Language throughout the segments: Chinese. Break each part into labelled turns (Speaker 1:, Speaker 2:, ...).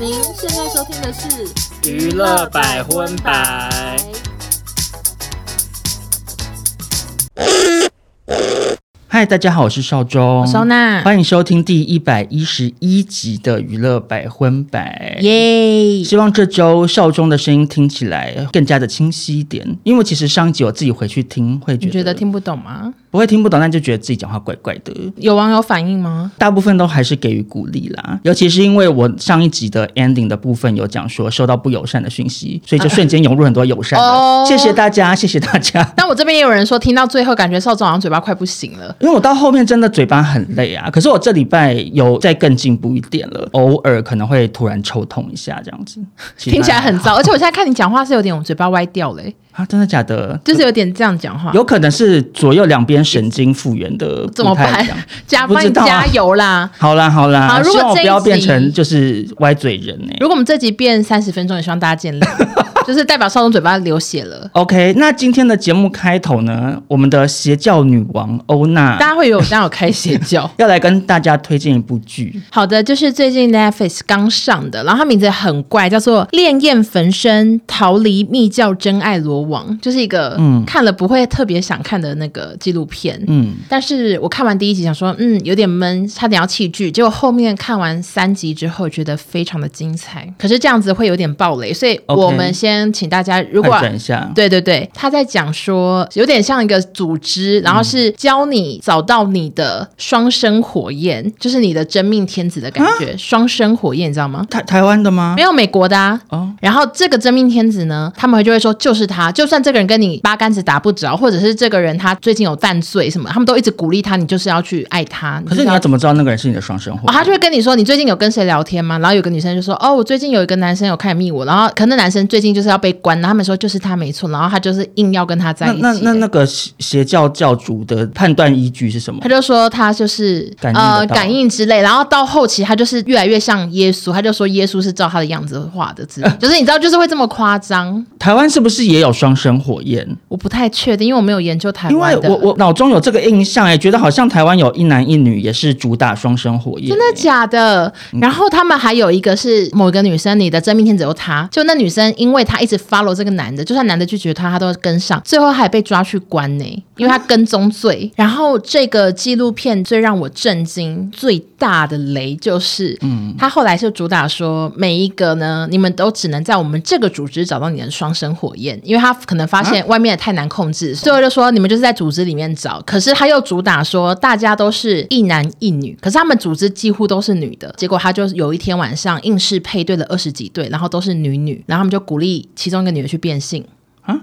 Speaker 1: 您现在收听的是《
Speaker 2: 娱乐百分百》。嗨，大家好，我是邵忠，
Speaker 1: 收纳，
Speaker 2: 欢迎收听第一百一十一集的娱乐百分百。
Speaker 1: 耶！
Speaker 2: 希望这周少中的声音听起来更加的清晰一点，因为其实上一集我自己回去听，会觉
Speaker 1: 你
Speaker 2: 得
Speaker 1: 觉得听不懂吗？
Speaker 2: 不会听不懂，但就觉得自己讲话怪怪的。
Speaker 1: 有网友反映吗？
Speaker 2: 大部分都还是给予鼓励啦，尤其是因为我上一集的 ending 的部分有讲说收到不友善的讯息，所以就瞬间涌入很多友善的。
Speaker 1: 啊哦
Speaker 2: 谢谢大家，谢谢大家。
Speaker 1: 但我这边也有人说，听到最后感觉邵总好像嘴巴快不行了。
Speaker 2: 因为我到后面真的嘴巴很累啊，可是我这礼拜有再更进步一点了，偶尔可能会突然抽痛一下这样子，其实
Speaker 1: 听起来
Speaker 2: 蛮
Speaker 1: 很糟，而且我现在看你讲话是有点我嘴巴歪掉嘞、
Speaker 2: 啊，真的假的？
Speaker 1: 就是有点这样讲话。
Speaker 2: 有可能是左右两边神经复原的
Speaker 1: 怎么
Speaker 2: 不太
Speaker 1: 办
Speaker 2: 一样？
Speaker 1: 加
Speaker 2: 不
Speaker 1: 帮
Speaker 2: 知
Speaker 1: 你
Speaker 2: 道啊
Speaker 1: 加油啦！
Speaker 2: 好啦好啦，
Speaker 1: 好如果
Speaker 2: 希望我
Speaker 1: 这一
Speaker 2: 不要变
Speaker 1: 集
Speaker 2: 成就是歪嘴人哎、
Speaker 1: 如果我们这集变三十分钟，也希望大家见 谅，就是代表邵总嘴巴流血了。
Speaker 2: OK，那今天的节目开头呢，我们的邪教女王欧娜。
Speaker 1: 大家会有这样有开邪教
Speaker 2: 要来跟大家推荐一部剧。
Speaker 1: 好的，就是最近 Netflix 刚上的，然后它名字很怪，叫做《烈焰焚身：逃离密教真爱罗网》，就是一个看了不会特别想看的那个纪录片。
Speaker 2: 嗯，
Speaker 1: 但是我看完第一集，想说，嗯，有点闷，差点要弃剧。结果后面看完三集之后，觉得非常的精彩。可是这样子会有点爆雷，所以
Speaker 2: OK
Speaker 1: 我们先请大家，如果
Speaker 2: 快转一下，
Speaker 1: 对对对，他在讲说，有点像一个组织，然后是教你找到你的双生火焰，就是你的真命天子的感觉。
Speaker 2: 啊
Speaker 1: 双生火焰，你知道吗？
Speaker 2: 台台湾的吗
Speaker 1: 没？有美国的啊。
Speaker 2: 哦
Speaker 1: 然后这个真命天子呢，他们就会说就是他，就算这个人跟你八竿子打不着，或者是这个人他最近有犯罪什么，他们都一直鼓励他，你就是要去爱他。
Speaker 2: 可是
Speaker 1: 就
Speaker 2: 你
Speaker 1: 要
Speaker 2: 要怎么知道那个人是你的双生火
Speaker 1: 哦，？他就会跟你说你最近有跟谁聊天吗？然后有个女生就说哦，我最近有一个男生有看密我，然后可能那男生最近就是要被关，然后他们说就是他没错，然后他就是硬要跟他在
Speaker 2: 那
Speaker 1: 一起。
Speaker 2: 那那那个邪邪教教主的判断依据是什么
Speaker 1: 他？就说他就是
Speaker 2: 感应得
Speaker 1: 呃
Speaker 2: 到
Speaker 1: 感应之类，然后到后期他就是越来越像耶稣，他就说耶稣是照他的样子画的字，就是你知道就是会这么夸张，
Speaker 2: 台湾是不是也有双生火焰？
Speaker 1: 我不太确定，因为我没有研究台
Speaker 2: 因为
Speaker 1: 湾的。
Speaker 2: 我我脑中有这个印象、欸，觉得好像台湾有一男一女也是主打双生火焰、
Speaker 1: 真的假的？然后他们还有一个是某个女生，你的真命天子由她，就那女生，因为她一直 follow 这个男的，就算男的拒绝她，她都跟上，最后还被抓去关呢、因为她跟踪罪。然后这个纪录片最让我震惊、最大的雷就是，嗯，他后来是主打说每一个呢，你们都只能在我们这个组织找到你的双生火焰，因为他可能发
Speaker 2: 啊
Speaker 1: 现外面也太难控制，最后就说你们就是在组织里面找。可是他又主打说大家都是一男一女，可是他们组织几乎都是女的。结果他就有一天晚上硬是配对了二十几对，然后都是女女，然后他们就鼓励其中一个女的去变性
Speaker 2: 啊，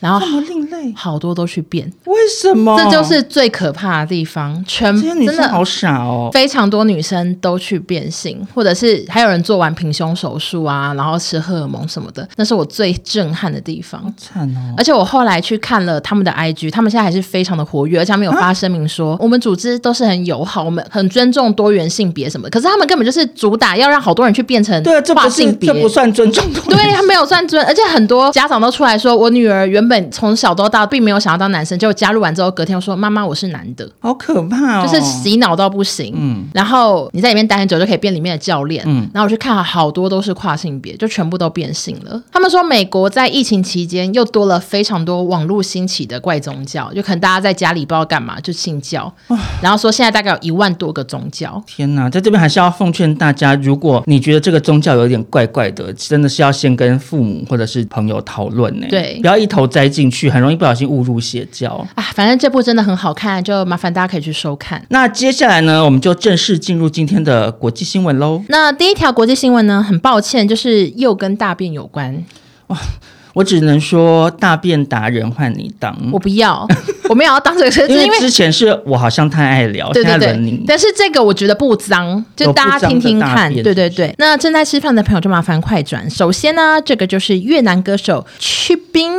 Speaker 1: 然后
Speaker 2: 这么另类，
Speaker 1: 好多都去变，
Speaker 2: 为什么？
Speaker 1: 这就是最可怕的地方。全
Speaker 2: 这些女
Speaker 1: 真
Speaker 2: 生
Speaker 1: 的
Speaker 2: 好傻哦。
Speaker 1: 非常多女生都去变性，或者是还有人做完平胸手术啊，然后吃荷尔蒙什么的，那是我最震撼的地方。
Speaker 2: 惨哦！
Speaker 1: 而且我后来去看了他们的 IG，他们现在还是非常的活跃，而且他们有发声明说，我们组织都是很友好，我们很尊重多元性别什么的。可是他们根本就是主打要让好多人去变成
Speaker 2: 对，啊这
Speaker 1: 跨
Speaker 2: 不
Speaker 1: 性
Speaker 2: 是
Speaker 1: 别，哎
Speaker 2: 这不算尊重的问题。
Speaker 1: 对他没有算尊，而且很多家长都出来说，我女儿原本从小到大并没有想要当男生，结果加入完之后，隔天又说妈妈我是男的。
Speaker 2: 好可怕哦！
Speaker 1: 就是洗脑到不行。嗯，然后你在里面待很久就可以变里面的教练。嗯，然后我去看好多都是跨性别，就全部都变性了。他们说美国在疫情期间又多了非常多网络兴起的怪宗教，就可能大家在家里不知道干嘛就信教，然后说现在大概有一万多个宗教。
Speaker 2: 天哪，在这边还是要奉劝大家，如果你觉得这个宗教有点怪怪的，真的是要先跟父母或者是朋友讨论呢。
Speaker 1: 对
Speaker 2: 不要一头栽进去，很容易不小心误入邪教。
Speaker 1: 啊，反正这部真的很好看，就麻烦大家可以去收看。
Speaker 2: 那接下来呢，我们就正式进入今天的国际新闻喽。
Speaker 1: 那第一条国际新闻呢，很抱歉，就是又跟大便有关，
Speaker 2: 嗯我只能说，大便达人换你当，
Speaker 1: 我不要，我没有要当这个，是
Speaker 2: 因为
Speaker 1: 因为
Speaker 2: 之前是我好像太爱聊，
Speaker 1: 对对
Speaker 2: 现在轮
Speaker 1: 对
Speaker 2: 你，。
Speaker 1: 但是这个我觉得不脏，就
Speaker 2: 有
Speaker 1: 大
Speaker 2: 不
Speaker 1: 家
Speaker 2: 脏
Speaker 1: 听听
Speaker 2: 的大
Speaker 1: 看。
Speaker 2: 便
Speaker 1: 对对
Speaker 2: 是不是
Speaker 1: 对，那正在吃饭的朋友就麻烦快转。首先呢，这个就是越南歌手去冰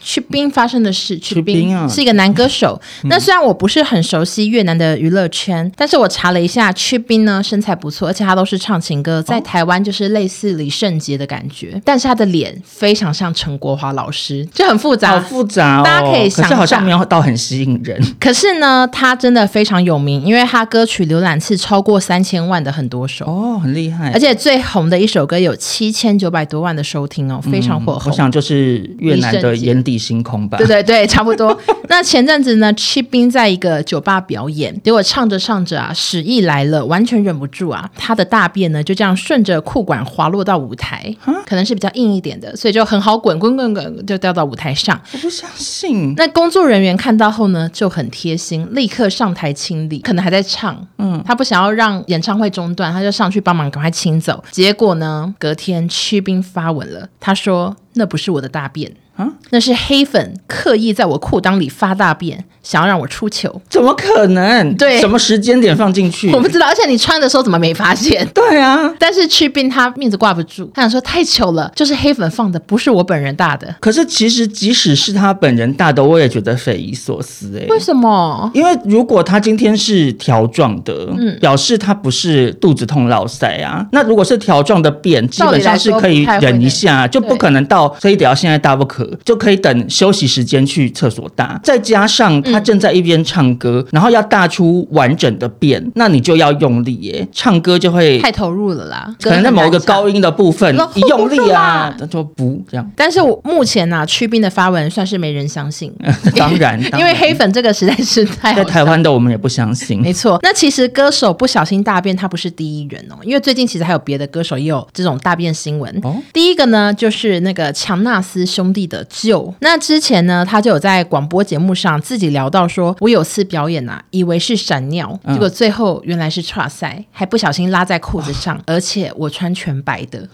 Speaker 1: 去冰发生的事。去冰
Speaker 2: 冰嗯啊
Speaker 1: 是一个男歌手。那虽然我不是很熟悉越南的娱乐圈，但是我查了一下，去冰呢身材不错，而且他都
Speaker 2: 哦
Speaker 1: 是唱情歌，在台湾就是类似李圣杰的感觉，但是他的脸非常像陈国华老师，就很复杂。
Speaker 2: 好复杂、哦，
Speaker 1: 大家可以想
Speaker 2: 可是好像
Speaker 1: 象
Speaker 2: 没有到很吸引人。
Speaker 1: 可是呢，他真的非常有名，因为他歌曲浏览次超过三千万的很多首，
Speaker 2: 哦，很厉害
Speaker 1: 而。且最红的一首歌有七千九百多万的收听哦，非常
Speaker 2: 嗯
Speaker 1: 火
Speaker 2: 我
Speaker 1: 红。
Speaker 2: 想就是越南的
Speaker 1: 李圣杰
Speaker 2: 眼底星空吧。
Speaker 1: 对对对，差不多。 那前阵子呢，戚斌在一个酒吧表演，结果唱着唱着啊，屎意来了，完全忍不住啊，他的大便呢就这样顺着裤管滑落到舞台，可能是比较硬一点的，所以就很好滚滚滚滚就掉到舞台上。
Speaker 2: 我不相信。
Speaker 1: 那工作人员看到后呢，就很贴心，立刻上台清理，可能还在唱，嗯，他不想要让演唱会中断，他就上去帮忙赶快清走。结果呢，隔天屈兵发文了，他说那不是我的大便。
Speaker 2: 啊
Speaker 1: 那是黑粉刻意在我裤裆里发大便，想要让我 出糗。
Speaker 2: 怎么可能？
Speaker 1: 对
Speaker 2: 什么时间点放进去？
Speaker 1: 我不知道，而且你穿的时候怎么没发现？
Speaker 2: 对啊。
Speaker 1: 但是屈兵他面子挂不住，他想说太糗了，就是黑粉放的，不是我本人大的。
Speaker 2: 可是其实即使是他本人大的，我也觉得匪夷所思哎、
Speaker 1: 为什么？
Speaker 2: 因为如果他今天是条状的，
Speaker 1: 嗯
Speaker 2: 表示他不是肚子痛落塞啊。那如果是条状的便，基
Speaker 1: 道理
Speaker 2: 本
Speaker 1: 来
Speaker 2: 上是
Speaker 1: 说
Speaker 2: 可以
Speaker 1: 不太会
Speaker 2: 忍一下，就不
Speaker 1: 对
Speaker 2: 可能到非得要现在大不可，就可以等休息时间去厕所大。再加上他
Speaker 1: 嗯
Speaker 2: 正在一边唱歌，然后要大出完整的便，那你就要用力耶、欸唱歌就会
Speaker 1: 太投入了啦，
Speaker 2: 可能在某一个高
Speaker 1: 音。
Speaker 2: 音的部分
Speaker 1: 歌很
Speaker 2: 一
Speaker 1: 难唱
Speaker 2: 用力啊
Speaker 1: 我，
Speaker 2: 他就不这 样。
Speaker 1: 但是我目前呢、啊，屈斌的发文算是没人相信，
Speaker 2: 当然，当
Speaker 1: 因为
Speaker 2: 然
Speaker 1: 黑粉这个实在是太
Speaker 2: 在
Speaker 1: 好
Speaker 2: 台湾的我们也不相 信。哎
Speaker 1: 没错，那其实歌手不小心大便，他不是第一人哦，因为最近其实还有别的歌手也有这种大便新闻。
Speaker 2: 哦
Speaker 1: 第一个呢，就是那个强纳斯兄弟的舅。那之前呢，他就有在广播节目上自己聊到说，我有次表演啊，以为是闪尿，结果最后原来是岔塞，还不小心拉在裤子上，而且我穿全白的。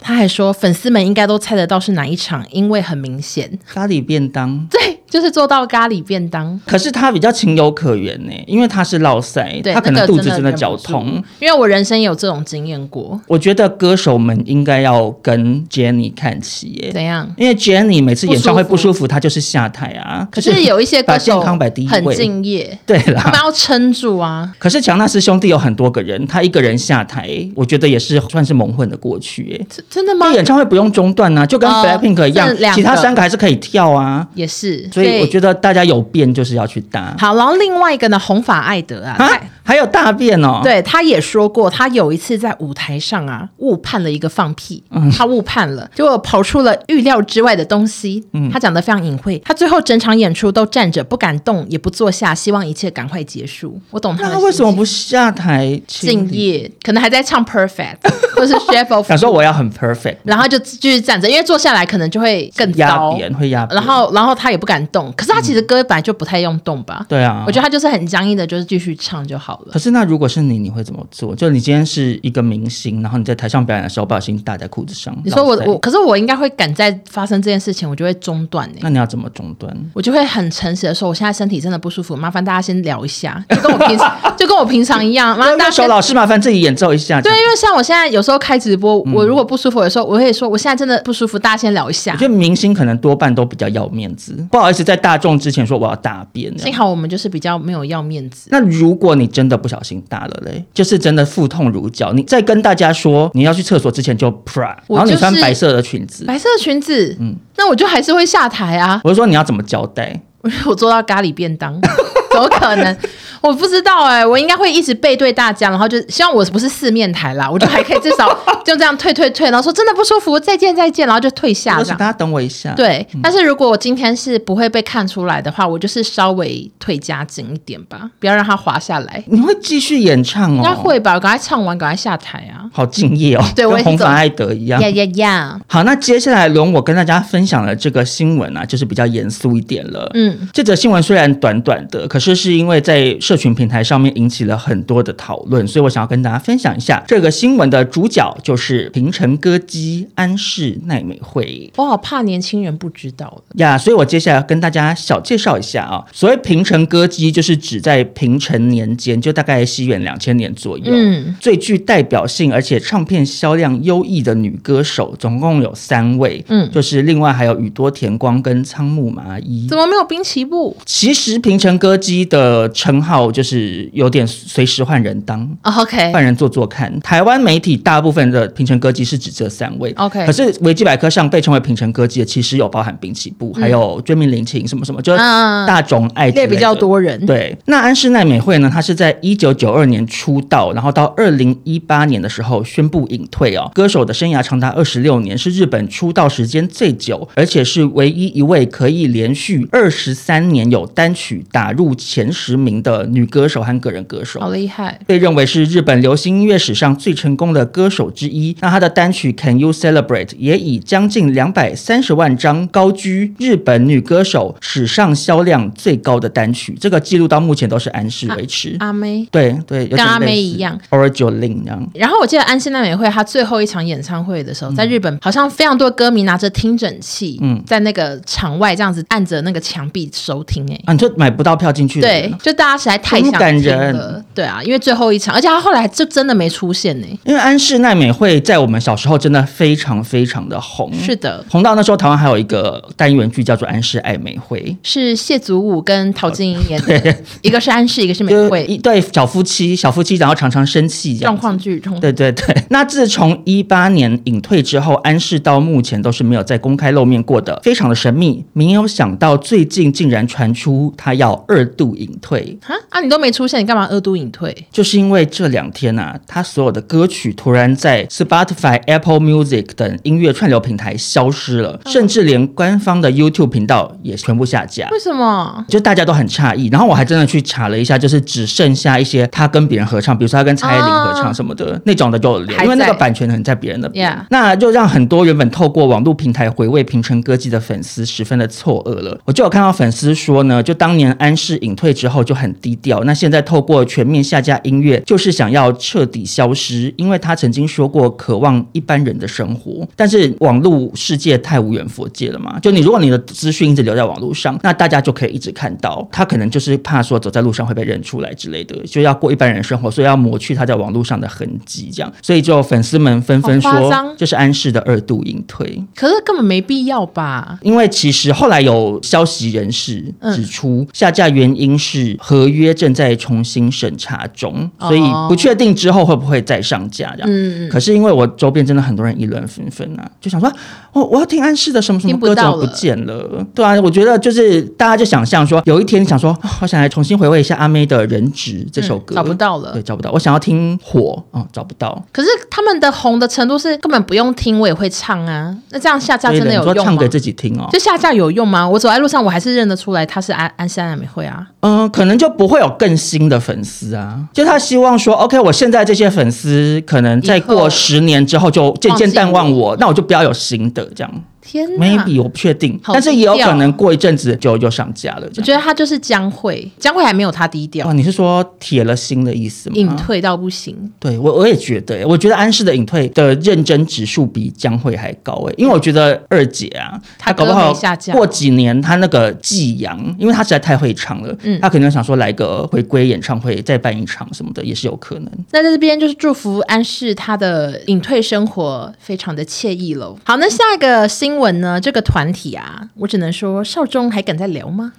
Speaker 1: 他还说，粉丝们应该都猜得到是哪一场，因为很明显，
Speaker 2: 咖喱便当。
Speaker 1: 对，就是做到咖喱便当。
Speaker 2: 可是他比较情有可原呢、因为他是落塞，
Speaker 1: 对，
Speaker 2: 他可能
Speaker 1: 那个
Speaker 2: 肚子
Speaker 1: 真
Speaker 2: 真的绞痛。
Speaker 1: 忍不住，因为我人生有这种经验过。
Speaker 2: 我觉得歌手们应该要跟 Jenny 看齐耶、
Speaker 1: 怎样？
Speaker 2: 因为 Jenny 每次演唱会
Speaker 1: 不
Speaker 2: 不
Speaker 1: 舒
Speaker 2: 舒服，她就是下台啊。
Speaker 1: 可是有一些歌
Speaker 2: 把健
Speaker 1: 手
Speaker 2: 康摆第一
Speaker 1: 很
Speaker 2: 位，
Speaker 1: 敬业，
Speaker 2: 对
Speaker 1: 他们
Speaker 2: 啦。
Speaker 1: 要撑住 啊。
Speaker 2: 可是强纳斯兄弟有很多个人，他一个人下台，我觉得也是算是蒙混的过去、耶。
Speaker 1: 真真的
Speaker 2: 就
Speaker 1: 吗？
Speaker 2: 演唱会不用中断啊，就跟
Speaker 1: 哦
Speaker 2: BLACKPINK 一样，
Speaker 1: 这两个
Speaker 2: 其他三个还是可以跳啊。
Speaker 1: 也是，
Speaker 2: 所以我觉得大家有变就是要去搭
Speaker 1: 好。然后另外一个呢，红发艾德啊，
Speaker 2: 啊
Speaker 1: 他，
Speaker 2: 还有大便哦。
Speaker 1: 对，他也说过，他有一次在舞台上啊，误判了一个放屁，
Speaker 2: 嗯
Speaker 1: 他误判了，结果跑出了预料之外的东西。
Speaker 2: 嗯
Speaker 1: 他讲的非常隐晦，他最后整场演出都站着，不敢动，也不坐下，希望一切赶快结束。我懂他
Speaker 2: 那
Speaker 1: 的
Speaker 2: 他为
Speaker 1: 心
Speaker 2: 什么
Speaker 1: 情
Speaker 2: 不下台清
Speaker 1: 敬
Speaker 2: 理？
Speaker 1: 业，可能还在唱 Perfect 或是 Chef of，
Speaker 2: 想说我要很 perfect，
Speaker 1: 然后就继续站着，因为坐下来可能就会更
Speaker 2: 压
Speaker 1: 糟。
Speaker 2: 扁会压扁。
Speaker 1: 然后，然后他也不敢动，可是他其实歌本来就不太用动吧。
Speaker 2: 对啊，
Speaker 1: 我觉得他就是很僵硬的，就是继续唱就好了
Speaker 2: 可。是那如果是你，你会怎么做？就你今天是一个明星，然后你在台上表演的时候不小心搭在裤子上，
Speaker 1: 你说我
Speaker 2: 落塞
Speaker 1: 我，可是我应该会赶在发生这件事情，我就会中断欸
Speaker 2: 那你要怎么终端？
Speaker 1: 我就会很诚实的说，我现在身体真的不舒服，麻烦大家先聊 一下，就跟我平常就跟我平常一样，麻烦大
Speaker 2: 啊那
Speaker 1: 家
Speaker 2: 首
Speaker 1: 先
Speaker 2: 老师麻烦自己演奏一下。这
Speaker 1: 对，啊
Speaker 2: 样
Speaker 1: 因为像我现在有时候开直播，我如果不舒服，有时候我会说我现在真的不舒服，大家先聊一下
Speaker 2: 嗯我。觉得明星可能多半都比较要面子，不好意思在大众之前说我要大便。这
Speaker 1: 幸
Speaker 2: 样
Speaker 1: 好我们就是比较没有要面子。
Speaker 2: 那如果你真的不小心大了嘞，就是真的腹痛如绞，你在跟大家说你要去厕所之前就啪，
Speaker 1: 我
Speaker 2: 然后你
Speaker 1: 就是
Speaker 2: 穿白色的裙子，
Speaker 1: 白色的裙子，
Speaker 2: 嗯
Speaker 1: 那我就还是会下台啊。
Speaker 2: 我就说你要怎么交代？
Speaker 1: 我我做到咖喱便当， 怎么可能？我不知道哎、我应该会一直背对大家，然后就希望我不是四面台啦，我就还可以至少 就这样退退退，然后说真的不舒服，再见再见，然后就退下
Speaker 2: 我
Speaker 1: 这
Speaker 2: 请
Speaker 1: 样。
Speaker 2: 大家等我一下。
Speaker 1: 对，但是如果我今天是不会被看出来的话，我就是稍微退加紧一点吧，不要让它滑下来。
Speaker 2: 你会继续演唱哦？
Speaker 1: 应该会吧？我赶快唱完，赶快下台啊！
Speaker 2: 好敬业哦，
Speaker 1: 对我
Speaker 2: 跟
Speaker 1: 也是
Speaker 2: 红
Speaker 1: 走
Speaker 2: 发艾德一样
Speaker 1: 呀。呀呀！
Speaker 2: 好，那接下来轮我跟大家分享的这个新闻啊，就是比较严肃一点了。
Speaker 1: 嗯，
Speaker 2: 这则新闻虽然短短的，可是是因为在社群平台上面引起了很多的讨论，所以我想要跟大家分享一下这个新闻的主角就是平成歌姬安室奈美惠。
Speaker 1: 我好怕年轻人不知道
Speaker 2: 呀所以我接下来跟大家小介绍一下啊、所谓平成歌姬，就是指在平成年间，就大概西元两千年左右，
Speaker 1: 嗯，
Speaker 2: 最具代表性而且唱片销量优异的女歌手，总共有三位，
Speaker 1: 嗯
Speaker 2: 就是另外还有宇多田光跟仓木麻衣
Speaker 1: 怎。么没有滨崎步？
Speaker 2: 其实平成歌姬的称号到就是有点随时换人当。
Speaker 1: 哦，OK，
Speaker 2: 换人做做看，台湾媒体大部分的平成歌姬是指这三位
Speaker 1: OK
Speaker 2: 可是维基百科上被称为平成歌姬的，其实有包含滨崎步，还有追命林檎什么什么，就是
Speaker 1: 嗯
Speaker 2: 大众爱之
Speaker 1: 也
Speaker 2: 类的
Speaker 1: 比较多人，
Speaker 2: 对，那安室奈美惠呢？她是在一九九二年出道，然后到二零一八年的时候宣布隐退哦。歌手的生涯长达二十六年，是日本出道时间最久，而且是唯一一位可以连续二十三年有单曲打入前十名的女歌手和个人歌手。
Speaker 1: 好厉害。
Speaker 2: 被认为是日本流行音乐史上最成功的歌手之一。那他的单曲《Can You Celebrate》也以将近两百三十万张高居日本女歌手史上销量最高的单曲，这个记录到目前都是安室维持。
Speaker 1: 阿妹。
Speaker 2: 对对，有点
Speaker 1: 啊跟阿妹
Speaker 2: 类似
Speaker 1: 一样
Speaker 2: ，Or Jolin 这样。
Speaker 1: 然后我记得安室奈美惠她最后一场演唱会的时候，在日本好像非常多歌迷拿着听诊器，
Speaker 2: 嗯
Speaker 1: 在那个场外这样子按着那个墙壁收听、哎、
Speaker 2: 啊，你就买不到票进去的人
Speaker 1: 对
Speaker 2: 啊，
Speaker 1: 就大家实在太想
Speaker 2: 很感
Speaker 1: 听
Speaker 2: 人
Speaker 1: 了，对啊，因为最后一场，而且她后来就真的没出现呢、哎
Speaker 2: 因为安室奈美惠在我们小时候真的非常非常的红，
Speaker 1: 是的，
Speaker 2: 红到那时候台湾还有一个单元剧叫做《安室爱美惠》，
Speaker 1: 是谢祖武跟陶晶莹演的，一个是安室，一个是美
Speaker 2: 就是
Speaker 1: 惠，
Speaker 2: 一对小夫妻，小夫妻然后常常生气这样
Speaker 1: 状
Speaker 2: 子。
Speaker 1: 况剧中。
Speaker 2: 对对 对，那自从一八年隐退之后，安室到目前都是没有再公开露面过的，非常的神秘。没有想到最近竟然传出他要二度隐退，
Speaker 1: 啊啊！你都没出现，你干嘛二度隐退？
Speaker 2: 就是因为这两天啊，他所有的歌曲突然在 Spotify、Apple Music 等音乐串流平台消失了，
Speaker 1: 嗯
Speaker 2: 甚至连官方的 YouTube 频道也全部下架。
Speaker 1: 为什么？
Speaker 2: 就大家都很诧异，然后我还真的去查了一下，就是只剩下一些他跟别人合唱，比如说他跟蔡依林合唱什么的、那种的就有留，
Speaker 1: 哦还
Speaker 2: 因为那个
Speaker 1: 在
Speaker 2: 版权很在别人那边
Speaker 1: Yeah
Speaker 2: 那就让很多原本透过网络平台回味平成歌姬的粉丝十分的错愕了。我就有看到粉丝说呢，就当年安室隐退之后就很低调，那现在透过全面下架音乐，就是想要彻底消失，因为他曾经说过渴望一般人的生活，但是网络世界太无远佛界了嘛，就你如果你的资讯一直留在网络上，那大家就可以一直看到，他可能就是怕说走在路上会被认出来之类的，就要过一般人生活，所以要抹去他在网络上的痕迹，这样，所以就粉丝们纷纷
Speaker 1: 好夸
Speaker 2: 说
Speaker 1: 张
Speaker 2: 这是安室的二度隐退。
Speaker 1: 可是根本没必要吧？
Speaker 2: 因为其实后来有消息人士
Speaker 1: 嗯
Speaker 2: 指出，下架原因是合约正在重新审查中，
Speaker 1: 哦
Speaker 2: 所以不确定之后会不会再上架这样。
Speaker 1: 嗯，
Speaker 2: 可是因为我周边真的很多人议论纷纷啊，就想说，我、我要听安室的什么什么
Speaker 1: 听不
Speaker 2: 歌怎
Speaker 1: 到
Speaker 2: 么不见了？对啊，我觉得就是大家就想象说，有一天你想说，啊我想来重新回味一下阿妹的《人质》这首歌，
Speaker 1: 嗯找不到了
Speaker 2: 对，找不到。我想要听《火》，哦，找不到。
Speaker 1: 可是他们的红的程度是根本不用听我也会唱啊，那这样下架
Speaker 2: 所以
Speaker 1: 真的
Speaker 2: 你
Speaker 1: 有
Speaker 2: 说
Speaker 1: 用
Speaker 2: 唱
Speaker 1: 吗
Speaker 2: 给？自己听哦，
Speaker 1: 就下架有用吗？我走在路上我还是认得出来他是安安室奈美惠啊。
Speaker 2: 嗯，可能就不会有更新的粉丝啊。就他希望说，OK，我现在这些粉丝可能再
Speaker 1: 以后
Speaker 2: 过十年之后就渐渐淡忘
Speaker 1: 忘记
Speaker 2: 我，那我就不要有新的这样。
Speaker 1: 天哪
Speaker 2: Maybe 我不确定，
Speaker 1: 嗯好
Speaker 2: 但是也有
Speaker 1: 低调
Speaker 2: 可能过一阵子就就上架了这样。
Speaker 1: 我觉得他就是江蕙，江蕙还没有他低调
Speaker 2: 哦，，你是说铁了心的意思吗？
Speaker 1: 隐退到不行。
Speaker 2: 对我我也觉得耶，我觉得安室的隐退的认真指数比江蕙还高诶，因为我觉得二姐啊，
Speaker 1: 她
Speaker 2: 她搞不好
Speaker 1: 歌没下架
Speaker 2: 过几年她那个季扬，因为她实在太会唱了，
Speaker 1: 嗯
Speaker 2: 她可能想说来个回归演唱会，再办一场什么的也是有可能。
Speaker 1: 那在这边就是祝福安室他的隐退生活非常的惬意喽。好，那下一个新闻呢？这个团体啊，我只能说少中还敢再聊吗？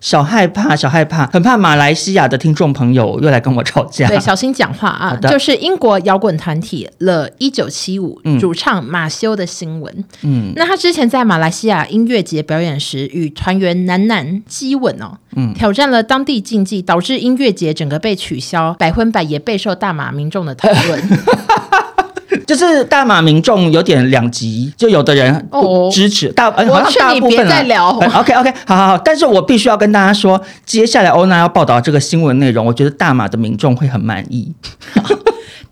Speaker 2: 小害怕，小害怕，很怕马来西亚的听众朋友又来跟我吵架。
Speaker 1: 对，小心讲话
Speaker 2: 好
Speaker 1: 啊！
Speaker 2: 的
Speaker 1: 就是英国摇滚团体了一九七五
Speaker 2: 嗯
Speaker 1: 主唱马修的新闻。
Speaker 2: 嗯，
Speaker 1: 那他之前在马来西亚音乐节表演时，与团员楠楠激吻哦，
Speaker 2: 嗯
Speaker 1: 挑战了当地禁忌，导致音乐节整个被取消，百分百也备受大马民众的讨 论。
Speaker 2: 就是大马民众有点两极，就有的人
Speaker 1: 哦
Speaker 2: 不支持、大，呃、
Speaker 1: 我
Speaker 2: 好像
Speaker 1: 劝
Speaker 2: 大
Speaker 1: 你
Speaker 2: 部分
Speaker 1: 别再聊
Speaker 2: OK OK，好好好。但是我必须要跟大家说，接下来欧娜要报道这个新闻内容，我觉得大马的民众会很满意。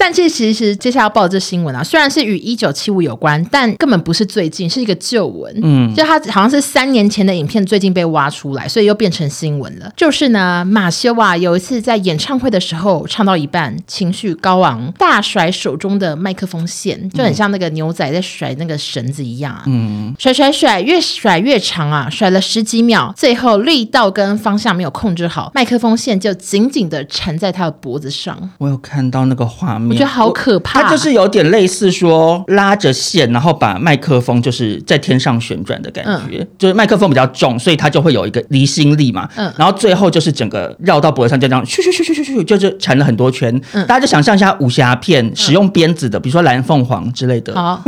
Speaker 1: 但这其实接下来要报的这新闻啊，虽然是与一九七五有关，但根本不是最近，是一个旧闻。
Speaker 2: 嗯，
Speaker 1: 就他好像是三年前的影片，最近被挖出来，所以又变成新闻了。就是呢，马修啊，有一次在演唱会的时候，唱到一半，情绪高昂，大甩手中的麦克风线，就很像那个牛仔在甩那个绳子一样啊。嗯，甩甩甩，越甩越长啊，甩了十几秒，最后力道跟方向没有控制好，麦克风线就紧紧的缠在他的脖子上。
Speaker 2: 我有看到那个画面，
Speaker 1: 我觉得好可怕
Speaker 2: 它就是有点类似说拉着线，然后把麦克风就是在天上旋转的感觉，就是麦克风比较重，所以它就会有一个离心力嘛。
Speaker 1: 嗯
Speaker 2: 然后最后就是整个绕到脖子上，就这样咻咻咻咻咻咻，就是缠了很多圈。
Speaker 1: 嗯
Speaker 2: 大家就想象一下武侠片使用鞭子的，比如说蓝凤凰之类的，
Speaker 1: 好，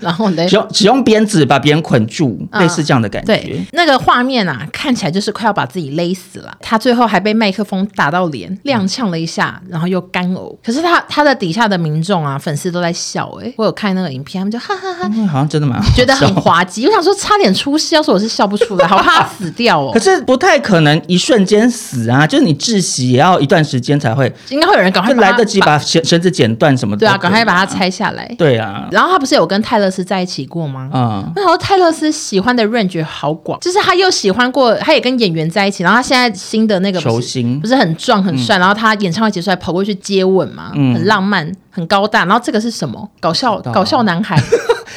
Speaker 1: 然后嘞
Speaker 2: 使，用使用鞭子把别人捆住，
Speaker 1: 嗯
Speaker 2: 类似这样的感觉
Speaker 1: 对。，那个画面啊，看起来就是快要把自己勒死了。他最后还被麦克风打到脸，踉跄了一下，然后又干呕。可是他他的底下的民众啊，粉丝都在笑、欸，我有看那个影片，他们就哈哈哈。
Speaker 2: 嗯，好像真的蛮好
Speaker 1: 觉得很
Speaker 2: 笑
Speaker 1: 滑稽，我想说差点出戏，要是我是笑不出来，好怕死掉哦
Speaker 2: 可。是不太可能一瞬间死啊，就是你窒息也要一段时间才会，
Speaker 1: 应该会有人赶快
Speaker 2: 就
Speaker 1: 啊把它
Speaker 2: 来得及把绳绳子剪断什么的。
Speaker 1: 对啊，赶快把它。拆下来。
Speaker 2: 对啊，
Speaker 1: 然后他不是有跟泰勒斯在一起过吗？
Speaker 2: 嗯，
Speaker 1: 那时候泰勒斯喜欢的 range 好广，就是他又喜欢过，他也跟演员在一起，然后他现在新的那个不是
Speaker 2: 球星嗯
Speaker 1: 不是很壮很帅，然后他演唱会结束还跑过去接吻嘛，很浪漫很高大。然后这个是什么？搞笑
Speaker 2: 道啊
Speaker 1: 搞笑男孩，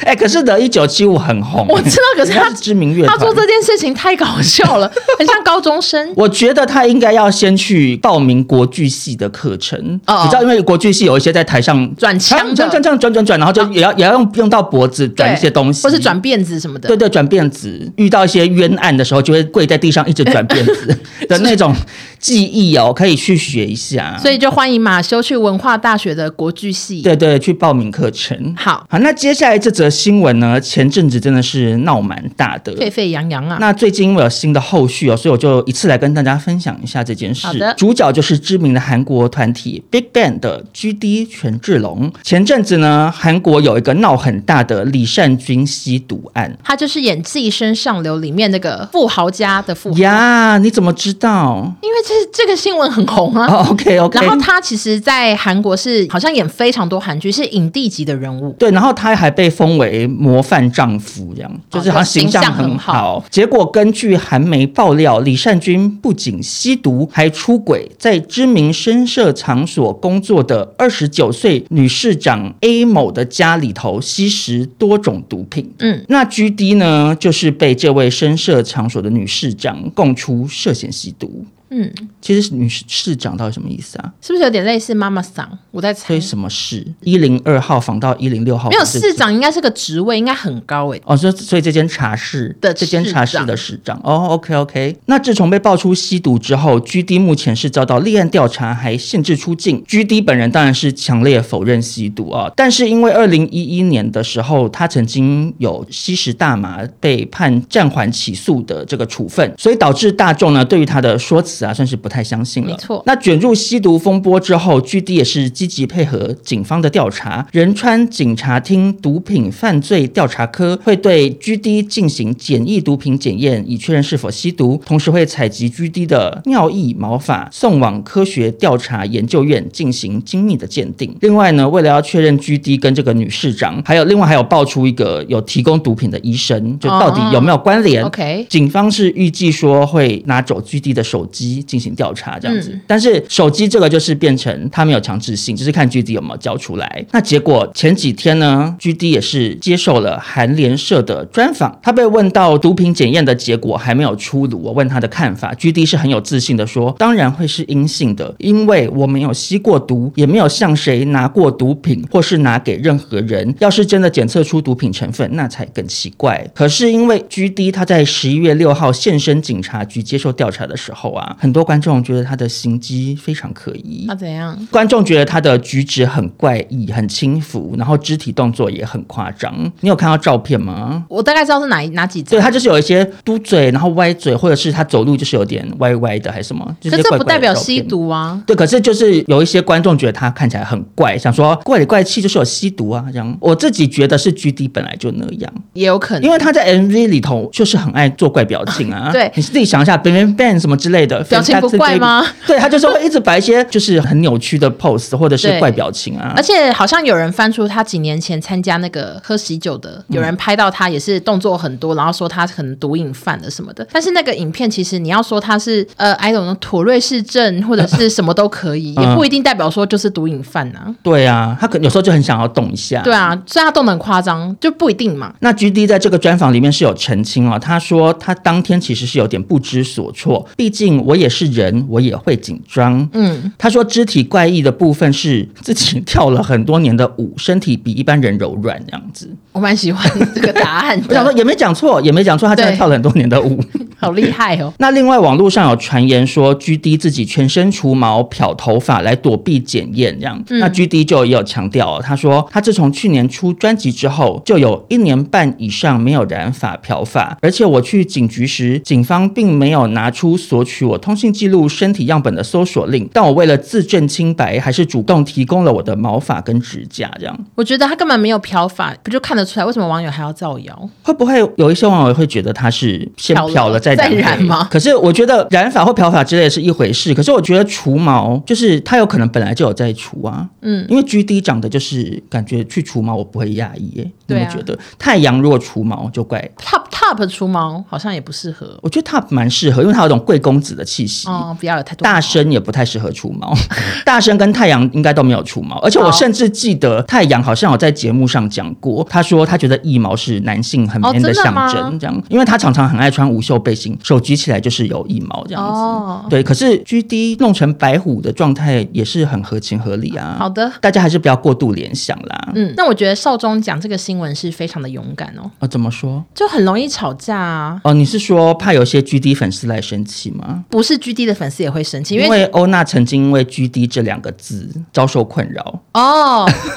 Speaker 2: 哎、可是的，一九七五很红，
Speaker 1: 我知道，可是
Speaker 2: 人家
Speaker 1: 他
Speaker 2: 是知名乐
Speaker 1: 他
Speaker 2: 团。
Speaker 1: 做这件事情太搞 笑了，很像高中生。
Speaker 2: 我觉得他应该要先去报名国剧系的课程，
Speaker 1: 哦哦
Speaker 2: 你知道，因为国剧系有一些在台上
Speaker 1: 转枪的哦
Speaker 2: 转转转转转转，然后就也要、也要用用到脖子转一些东西，
Speaker 1: 或是转辫子什么的。
Speaker 2: 对对，转辫子，遇到一些冤案的时候，就会跪在地上一直转辫 子的那种技艺哦，可以去学一下。
Speaker 1: 所以就欢迎马修去文化大学的国剧系。
Speaker 2: 对对，去报名课程。
Speaker 1: 好，
Speaker 2: 好，那接下来这则新闻呢，前阵子真的是闹蛮大的。
Speaker 1: 沸沸扬扬啊！
Speaker 2: 那最近因为有新的后续哦，所以我就一次来跟大家分享一下这件事。
Speaker 1: 好的
Speaker 2: 主角就是知名的韩国团体 Big Bang 的 GD 权志龙。前阵子呢，韩国有一个闹很大的李善均吸毒案。
Speaker 1: 他就是演《寄生上流》里面那个富豪家的富豪，
Speaker 2: 呀你怎么知道？
Speaker 1: 因为这这个新闻很红啊。
Speaker 2: 哦，OK，OK、o k OK，
Speaker 1: 然后他其实，在韩国是好像演非常多韩剧，是影帝级的人物。
Speaker 2: 对，然后他还被封为模范丈夫，这样就是好像形象
Speaker 1: 哦形象
Speaker 2: 很
Speaker 1: 很好
Speaker 2: 好。结果根据韩媒爆料，李善均不仅吸毒，还出轨，在知名声社场所工作的二十九岁女市长 A 某的家里头吸食多种毒品。
Speaker 1: 嗯，
Speaker 2: 那 GD 呢，就是被这位声社场所的女市长供出涉嫌吸毒。
Speaker 1: 嗯，
Speaker 2: 其实女市市长到底什么意思啊？
Speaker 1: 是不是有点类似妈妈桑？我在猜
Speaker 2: 推，什么事？一零二号房到一零六号
Speaker 1: 没
Speaker 2: 房
Speaker 1: 有
Speaker 2: 是
Speaker 1: 市长应该是个职位，应该很高诶、
Speaker 2: 哦，所以所以这间茶室
Speaker 1: 的
Speaker 2: 这间
Speaker 1: 市
Speaker 2: 茶室
Speaker 1: 长
Speaker 2: 的市长哦，OK OK。那自从被爆出吸毒之后，GD 目前是遭到立案调查，还限制出境。GD 本人当然是强烈否认吸毒啊，但是因为二零一一年的时候，他曾经有吸食大麻被判暂缓起诉的这个处分，所以导致大众呢对于他的说辞啊算是不太相信了。
Speaker 1: 没错
Speaker 2: 那卷入吸毒风波之后，GD 也是积极配合警方的调查。仁川警察厅毒品犯罪调查科会对 GD 进行简易毒品检验，以确认是否吸毒，同时会采集 GD 的尿液、毛发，送往科学调查研究院进行精密的鉴定。另外呢，为了要确认 GD 跟这个女市长，还有另外还有爆出一个有提供毒品的医生，就到底有没有关联？
Speaker 1: OK，
Speaker 2: 警方是预计说会拿走 GD 的手机进行调查，这样子。但是手机这个就是变成他没有强制性，就是看 GD 有没有交出来。那结果前几天呢，GD 也是接受了韩联社的专访，他被问到毒品检验的结果还没有出炉，我问他的看法，GD 是很有自信的说，当然会是阴性的，因为我没有吸过毒，也没有向谁拿过毒品，或是拿给任何人。要是真的检测出毒品成分，那才更奇怪。可是因为 G D 他在十一月六号现身警察局接受调查的时候啊，很多观众觉得他的行迹非常可疑
Speaker 1: 那、。怎样？
Speaker 2: 观众觉得他的举止很怪异、很轻浮，然后肢体动作也很夸张。你有看到照片吗？
Speaker 1: 我大概知道是哪哪几张
Speaker 2: 对，。他就是有一些嘟嘴，然后歪嘴，或者是他走路就是有点歪歪的，还是什么？就
Speaker 1: 可
Speaker 2: 是
Speaker 1: 是这
Speaker 2: 怪
Speaker 1: 不
Speaker 2: 怪的
Speaker 1: 代表
Speaker 2: 照片
Speaker 1: 吸毒啊。
Speaker 2: 对，可是就是有一些观众觉得他看起来很怪，想说怪里怪气就是有吸毒啊这样。我自己觉得是 G D 本来就那样，
Speaker 1: 也有可能，
Speaker 2: 因为他在 M V 里头就是很爱做怪表情啊。
Speaker 1: 对
Speaker 2: 你自己想一下，bang bang bang 什么之类的，
Speaker 1: 表情不
Speaker 2: Fantastic
Speaker 1: 怪吗
Speaker 2: Baby？对他就是会一直摆一些就是很扭曲的 pose 或者是
Speaker 1: 对
Speaker 2: 怪表情啊
Speaker 1: 而。且好像有人翻出他几年前参加那个喝喜酒的，
Speaker 2: 嗯
Speaker 1: 有人拍到他也是动作很多，然后说他可能毒瘾犯了什么的。但是那个影片其实你要说他是呃，I don't know，妥瑞氏症或者是什么都可以，
Speaker 2: 嗯
Speaker 1: 也不一定代表说就是毒瘾犯啊。
Speaker 2: 对啊，他可有时候就很想要动一下。
Speaker 1: 对啊，虽然他动得很夸张，就不一定嘛。
Speaker 2: 那 G D 在啊这个专访里面是有澄清哦，他说他当天其实是有点不知所措，毕竟我也是人，我也会紧张。
Speaker 1: 嗯，
Speaker 2: 他说肢体怪异的部分是自己 跳了很多年的舞，身体比一般人柔软这样子。
Speaker 1: 我蛮喜欢这个答案
Speaker 2: 我想说
Speaker 1: 的，
Speaker 2: 也没讲错，也没讲错，他真的
Speaker 1: 对
Speaker 2: 跳了很多年的舞。
Speaker 1: 好厉害哦。
Speaker 2: 那另外，网络上有传言说，G D 自己全身除毛、漂头发来躲避检验，这样。那 G D 就也有强调、哦，他说他自从去年出专辑之后，就有一年半以上没有染发、漂发，而且我去警局时，警方并没有拿出索取我通信记录、身体样本的搜索令，但我为了自证清白，还是主动提供了我的毛发跟指甲，这样。
Speaker 1: 我觉得他根本没有漂法，不就看得出来为什么网友还要造谣？
Speaker 2: 会不会有一些网友会觉得他是先
Speaker 1: 漂了
Speaker 2: 漂了再染
Speaker 1: 再染吗
Speaker 2: 可是我觉得染发或漂发之类是一回事，可是我觉得除毛就是他有可能本来就有在除啊，
Speaker 1: 嗯，
Speaker 2: 因为 G D 长得就是感觉去除毛我不会讶异耶，你
Speaker 1: 对啊
Speaker 2: 们觉得太阳如果除毛就怪，
Speaker 1: Top Top 除毛好像也不适合
Speaker 2: 我觉得他蛮适合，因为他有种贵公子的气息。
Speaker 1: 哦，不要有太多
Speaker 2: 大
Speaker 1: 毛
Speaker 2: 生也不太适合除毛， 大生跟太阳应该都没有除毛，而且我
Speaker 1: 好
Speaker 2: 甚至记得太阳好像有在节目上讲过，他说他觉得腋毛是男性很
Speaker 1: 哦
Speaker 2: man 的
Speaker 1: 真的
Speaker 2: 象
Speaker 1: 吗
Speaker 2: 征，这样，因为他常常很爱穿无袖背心，手举起来就是有腋毛这样子。
Speaker 1: 哦
Speaker 2: 对，可是 G D 弄成白虎的状态也是很合情合理啊。
Speaker 1: 好的
Speaker 2: 大家还是不要过度联想啦。
Speaker 1: 嗯，那我觉得少中讲这个新闻是非常的勇敢哦，
Speaker 2: 啊，怎么说？
Speaker 1: 就很容易吵架啊。
Speaker 2: 哦，你是说怕有些 G D 粉丝来生气吗？
Speaker 1: 不是 G D 的粉丝也会生气，因
Speaker 2: 因
Speaker 1: 为
Speaker 2: 为欧娜曾经因为 G D 这两个字遭受困扰，
Speaker 1: 哦，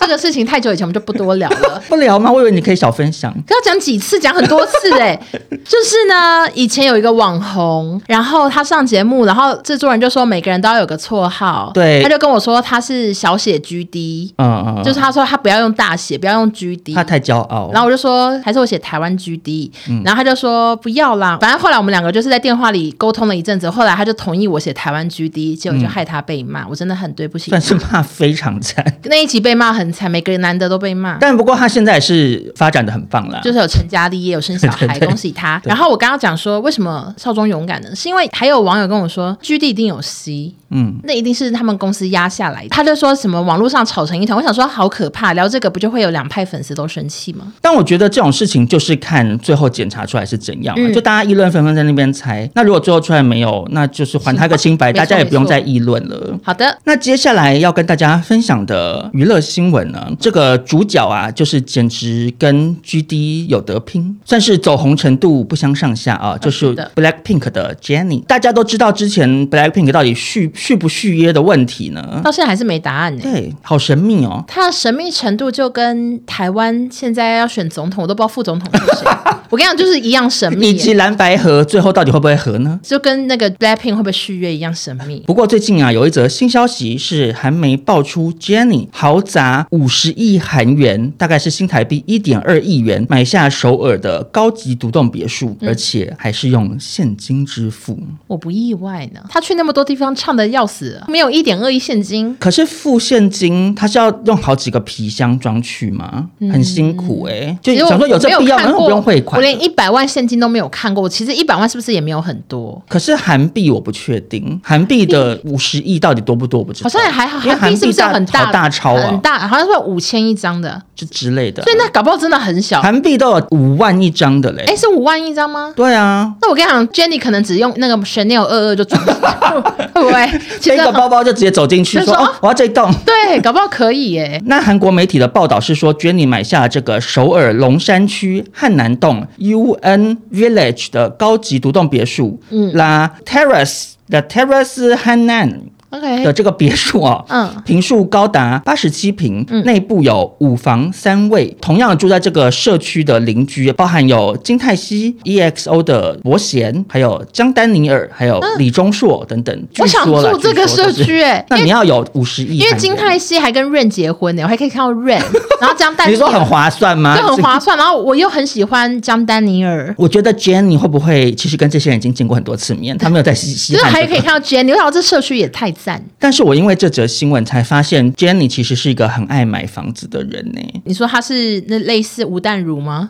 Speaker 1: 这个事情太久以前我们就不多聊 了。
Speaker 2: 不聊吗？我以为你可以小分享。
Speaker 1: 要讲几次，讲很多次哎、就是呢，以前有一个网红，然后他上节目，然后制作人就说每个人都要有个绰号，
Speaker 2: 对
Speaker 1: 他就跟我说他是小写 G D，、
Speaker 2: 嗯嗯，
Speaker 1: 就是他说他不要用大写，不要用 G D，
Speaker 2: 他太骄傲。
Speaker 1: 然后我就说，还是我写台湾 GD，、然后
Speaker 2: 嗯
Speaker 1: 他就说不要啦。反正后来我们两个就是在电话里沟通了一阵子，后来他就同意我写台湾 GD，结果就害他被骂，我真的很对不起他
Speaker 2: 嗯算。是骂非常惨，
Speaker 1: 那一集被骂很惨，每个男的都 被骂。
Speaker 2: 但不过他现在也是发展的很棒啦。
Speaker 1: 就是有成家立业，有生小
Speaker 2: 对
Speaker 1: 孩
Speaker 2: 对，对
Speaker 1: 恭喜他。然后我刚刚讲说，为什么少中勇敢呢？是因为还有网友跟我说，G D 一定有 C，
Speaker 2: 嗯，
Speaker 1: 那一定是他们公司压下来的。他就说什么网络上吵成一团，我想说好可怕，聊这个不就会有两派粉丝都生气吗？
Speaker 2: 但我觉得这种事情就是看最后检查出来是怎样嘛，
Speaker 1: 嗯
Speaker 2: 就大家议论纷纷在那边猜。那如果最后出来没有，那就是还他个清白，
Speaker 1: 没错
Speaker 2: 大家也不用
Speaker 1: 没错
Speaker 2: 再议论了。
Speaker 1: 好的，
Speaker 2: 那接下来要跟大家分享的娱乐新闻呢，这个主角啊，就是简直跟 G D 有得拼，算是走红程度不相上下啊，就是
Speaker 1: 是的
Speaker 2: Black Pink 的 Jennie。大家都知道之前 Black Pink 到底续续不续约的问题呢？
Speaker 1: 到现在还是没答案呢、
Speaker 2: 对，好神秘哦。
Speaker 1: 它的神秘程度就跟台湾现在要选总统，我都不知道副总统是 谁。我跟你讲，就是一样神秘
Speaker 2: 以及
Speaker 1: 耶，
Speaker 2: 蓝白合最后到底会不会合呢？
Speaker 1: 就跟那个 Blackpink 会不会续约一样神秘。
Speaker 2: 不过最近啊，有一则新消息是韩媒爆出 Jennie 豪砸五十亿韩元，大概是新台币一点二亿元，买下首尔的高级独栋别墅，
Speaker 1: 嗯
Speaker 2: 而且还是用现金支付。
Speaker 1: 我不意外呢，他去那么多地方唱的要死，没有一点恶意现金。
Speaker 2: 可是付现金，他是要用好几个皮箱装去吗？很辛苦哎、就
Speaker 1: 嗯其实我
Speaker 2: 想说有这必要吗，
Speaker 1: 我没有看
Speaker 2: 然后
Speaker 1: 过
Speaker 2: 不用汇款
Speaker 1: 我。连一百万现金都没有看过。其实一百万是不是也没有很多？
Speaker 2: 可是韩币我不确定，韩币的五十亿到底多不多我不知道，
Speaker 1: 好像也还好，
Speaker 2: 因为
Speaker 1: 韩币是不是有
Speaker 2: 大
Speaker 1: 很
Speaker 2: 好大钞
Speaker 1: 很
Speaker 2: 啊，
Speaker 1: 大，好像是五千一张的，
Speaker 2: 就之类的啊。
Speaker 1: 所以那搞不好真的很小。
Speaker 2: 韩币都有五万一张的嘞。
Speaker 1: 哎，是五万一张吗？
Speaker 2: 对啊，
Speaker 1: 那我跟你讲，Jenny 可能只用那个 Chanel 二二就装进去，会 不会？其
Speaker 2: 背
Speaker 1: 实
Speaker 2: 个
Speaker 1: 很
Speaker 2: 包包就直接走进去，
Speaker 1: 就
Speaker 2: 说
Speaker 1: 说
Speaker 2: 哦，我要这栋。
Speaker 1: 对，搞不好可以耶、
Speaker 2: 那韩国媒体的报道是说，Jenny 买下了这个首尔龙山区汉南洞 UN Village 的高级独栋别墅，嗯，La Terrace The Terrace Hannan
Speaker 1: OK，
Speaker 2: 的这个别墅哦，
Speaker 1: 哎 嗯，
Speaker 2: 平数高达八十七平，
Speaker 1: 嗯
Speaker 2: 内部有五房三卫。同样住在这个社区的邻居，包含有金泰熙、EXO 的伯贤，还有江丹尼尔，还有李钟硕等等。
Speaker 1: 嗯我想
Speaker 2: 据说啦
Speaker 1: 住这个
Speaker 2: 据
Speaker 1: 社，
Speaker 2: 说都是
Speaker 1: 区哎、
Speaker 2: 那
Speaker 1: 因
Speaker 2: 你
Speaker 1: 为
Speaker 2: 要有五十亿韩元，
Speaker 1: 因为金泰熙还跟 Rain 结婚呢、我还可以看到 Rain，然后江丹
Speaker 2: 你
Speaker 1: 尼
Speaker 2: 说很
Speaker 1: 尔
Speaker 2: 划算吗？
Speaker 1: 就很划算，然后我又很喜欢江丹尼尔，
Speaker 2: 我觉得 Jenny 会不会其实跟这些人已经见过很多次面，他没有在西西
Speaker 1: 就是
Speaker 2: 汉
Speaker 1: 还
Speaker 2: 这
Speaker 1: 可以
Speaker 2: 个
Speaker 1: 看到 Jenny，我想这社区也太赞。
Speaker 2: 但是我因为这则新闻才发现，Jenny 其实是一个很爱买房子的人呢、
Speaker 1: 你说他是那类似吴淡如吗？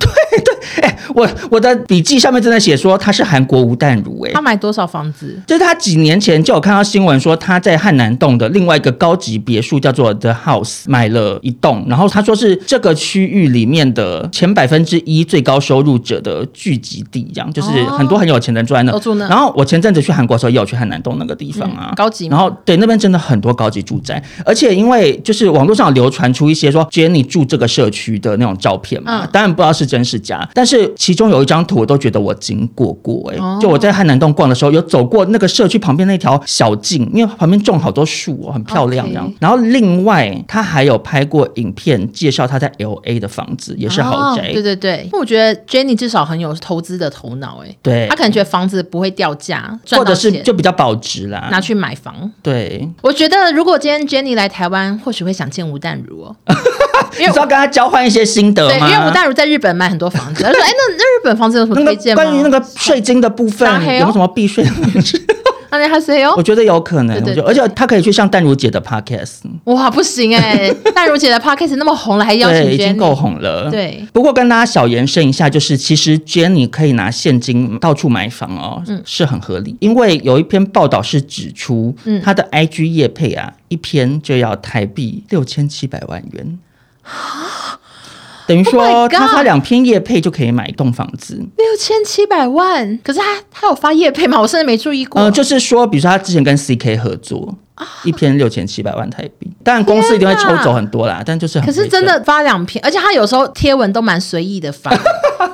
Speaker 2: 我我的笔记上面正在写说他是韩国吴淡如、欸，
Speaker 1: 他买多少房子？
Speaker 2: 就是他几年前就有看到新闻说他在汉南洞的另外一个高级别墅叫做 The House 买了一栋，然后他说是这个区域里面的前百分之一最高收入者的聚集地，这样就是
Speaker 1: 哦
Speaker 2: 很多很有钱人住在那。
Speaker 1: 都住那
Speaker 2: 然后我前阵子去韩国的时候也有去汉南洞那个地方啊，
Speaker 1: 嗯高级吗
Speaker 2: 然后对那边真的很多高级住宅，而且因为就是网络上有流传出一些说 Jenny 住这个社区的那种照片嘛，
Speaker 1: 嗯
Speaker 2: 当然不知道是真是假，但是其中有一张图我都觉得我经过过、欸，哎、
Speaker 1: 哦
Speaker 2: 就我在汉南洞逛的时候有走过那个社区旁边那条小径，因为旁边种好多树、哦，很漂亮
Speaker 1: OK
Speaker 2: 这样。然后另外他还有拍过影片介绍他在 L A 的房子，也是豪宅，
Speaker 1: 哦对对对，我觉得 Jenny 至少很有投资的头脑、欸，
Speaker 2: 对
Speaker 1: 他可能觉得房子不会掉价，
Speaker 2: 或
Speaker 1: 赚
Speaker 2: 者
Speaker 1: 到
Speaker 2: 是
Speaker 1: 钱
Speaker 2: 就比较保值啦，
Speaker 1: 拿去买房。
Speaker 2: 对，
Speaker 1: 我觉得如果今天 Jenny 来台湾，或许会想见吴淡如哦，因
Speaker 2: 你
Speaker 1: 为
Speaker 2: 知道跟他交换一些心得
Speaker 1: 对，因
Speaker 2: 吗？
Speaker 1: 为吴淡如在日本买很多房子，他说：“哎，那那日本房子有什么
Speaker 2: 那
Speaker 1: 推
Speaker 2: 个
Speaker 1: 荐吗？”
Speaker 2: 关于那个税金的部分
Speaker 1: 拉黑哦
Speaker 2: 有什么避税的 方式？
Speaker 1: 啊，那还谁哟
Speaker 2: 我？觉得有可能，
Speaker 1: 哦对对
Speaker 2: 我觉得而且他可以去上淡如姐的 podcast，
Speaker 1: 哇，不行哎、淡如姐的 podcast 那么红了，还邀请
Speaker 2: 对，已经够
Speaker 1: Jenny，
Speaker 2: 红了。。
Speaker 1: 对，
Speaker 2: 不过跟大家小延伸一下，就是其实 Jenny 可以拿现金到处买房哦，
Speaker 1: 嗯
Speaker 2: 是很合理。因为有一篇报道是指出，
Speaker 1: 嗯
Speaker 2: 他的 IG 业配啊，一篇就要台币六千七百万元，等于
Speaker 1: Oh
Speaker 2: 说
Speaker 1: my God
Speaker 2: 他发两篇业配就可以买一栋房子。
Speaker 1: 六千七百万，可是他他有发夜配吗？我甚至没注意过。啊
Speaker 2: 呃，就是说，比如说他之前跟 CK 合作，一篇六千七百万台币，当然公司一定会抽走很多啦，但就是很
Speaker 1: 可是真
Speaker 2: 回馈
Speaker 1: 的发两篇，而且他有时候贴文都蛮随意的发，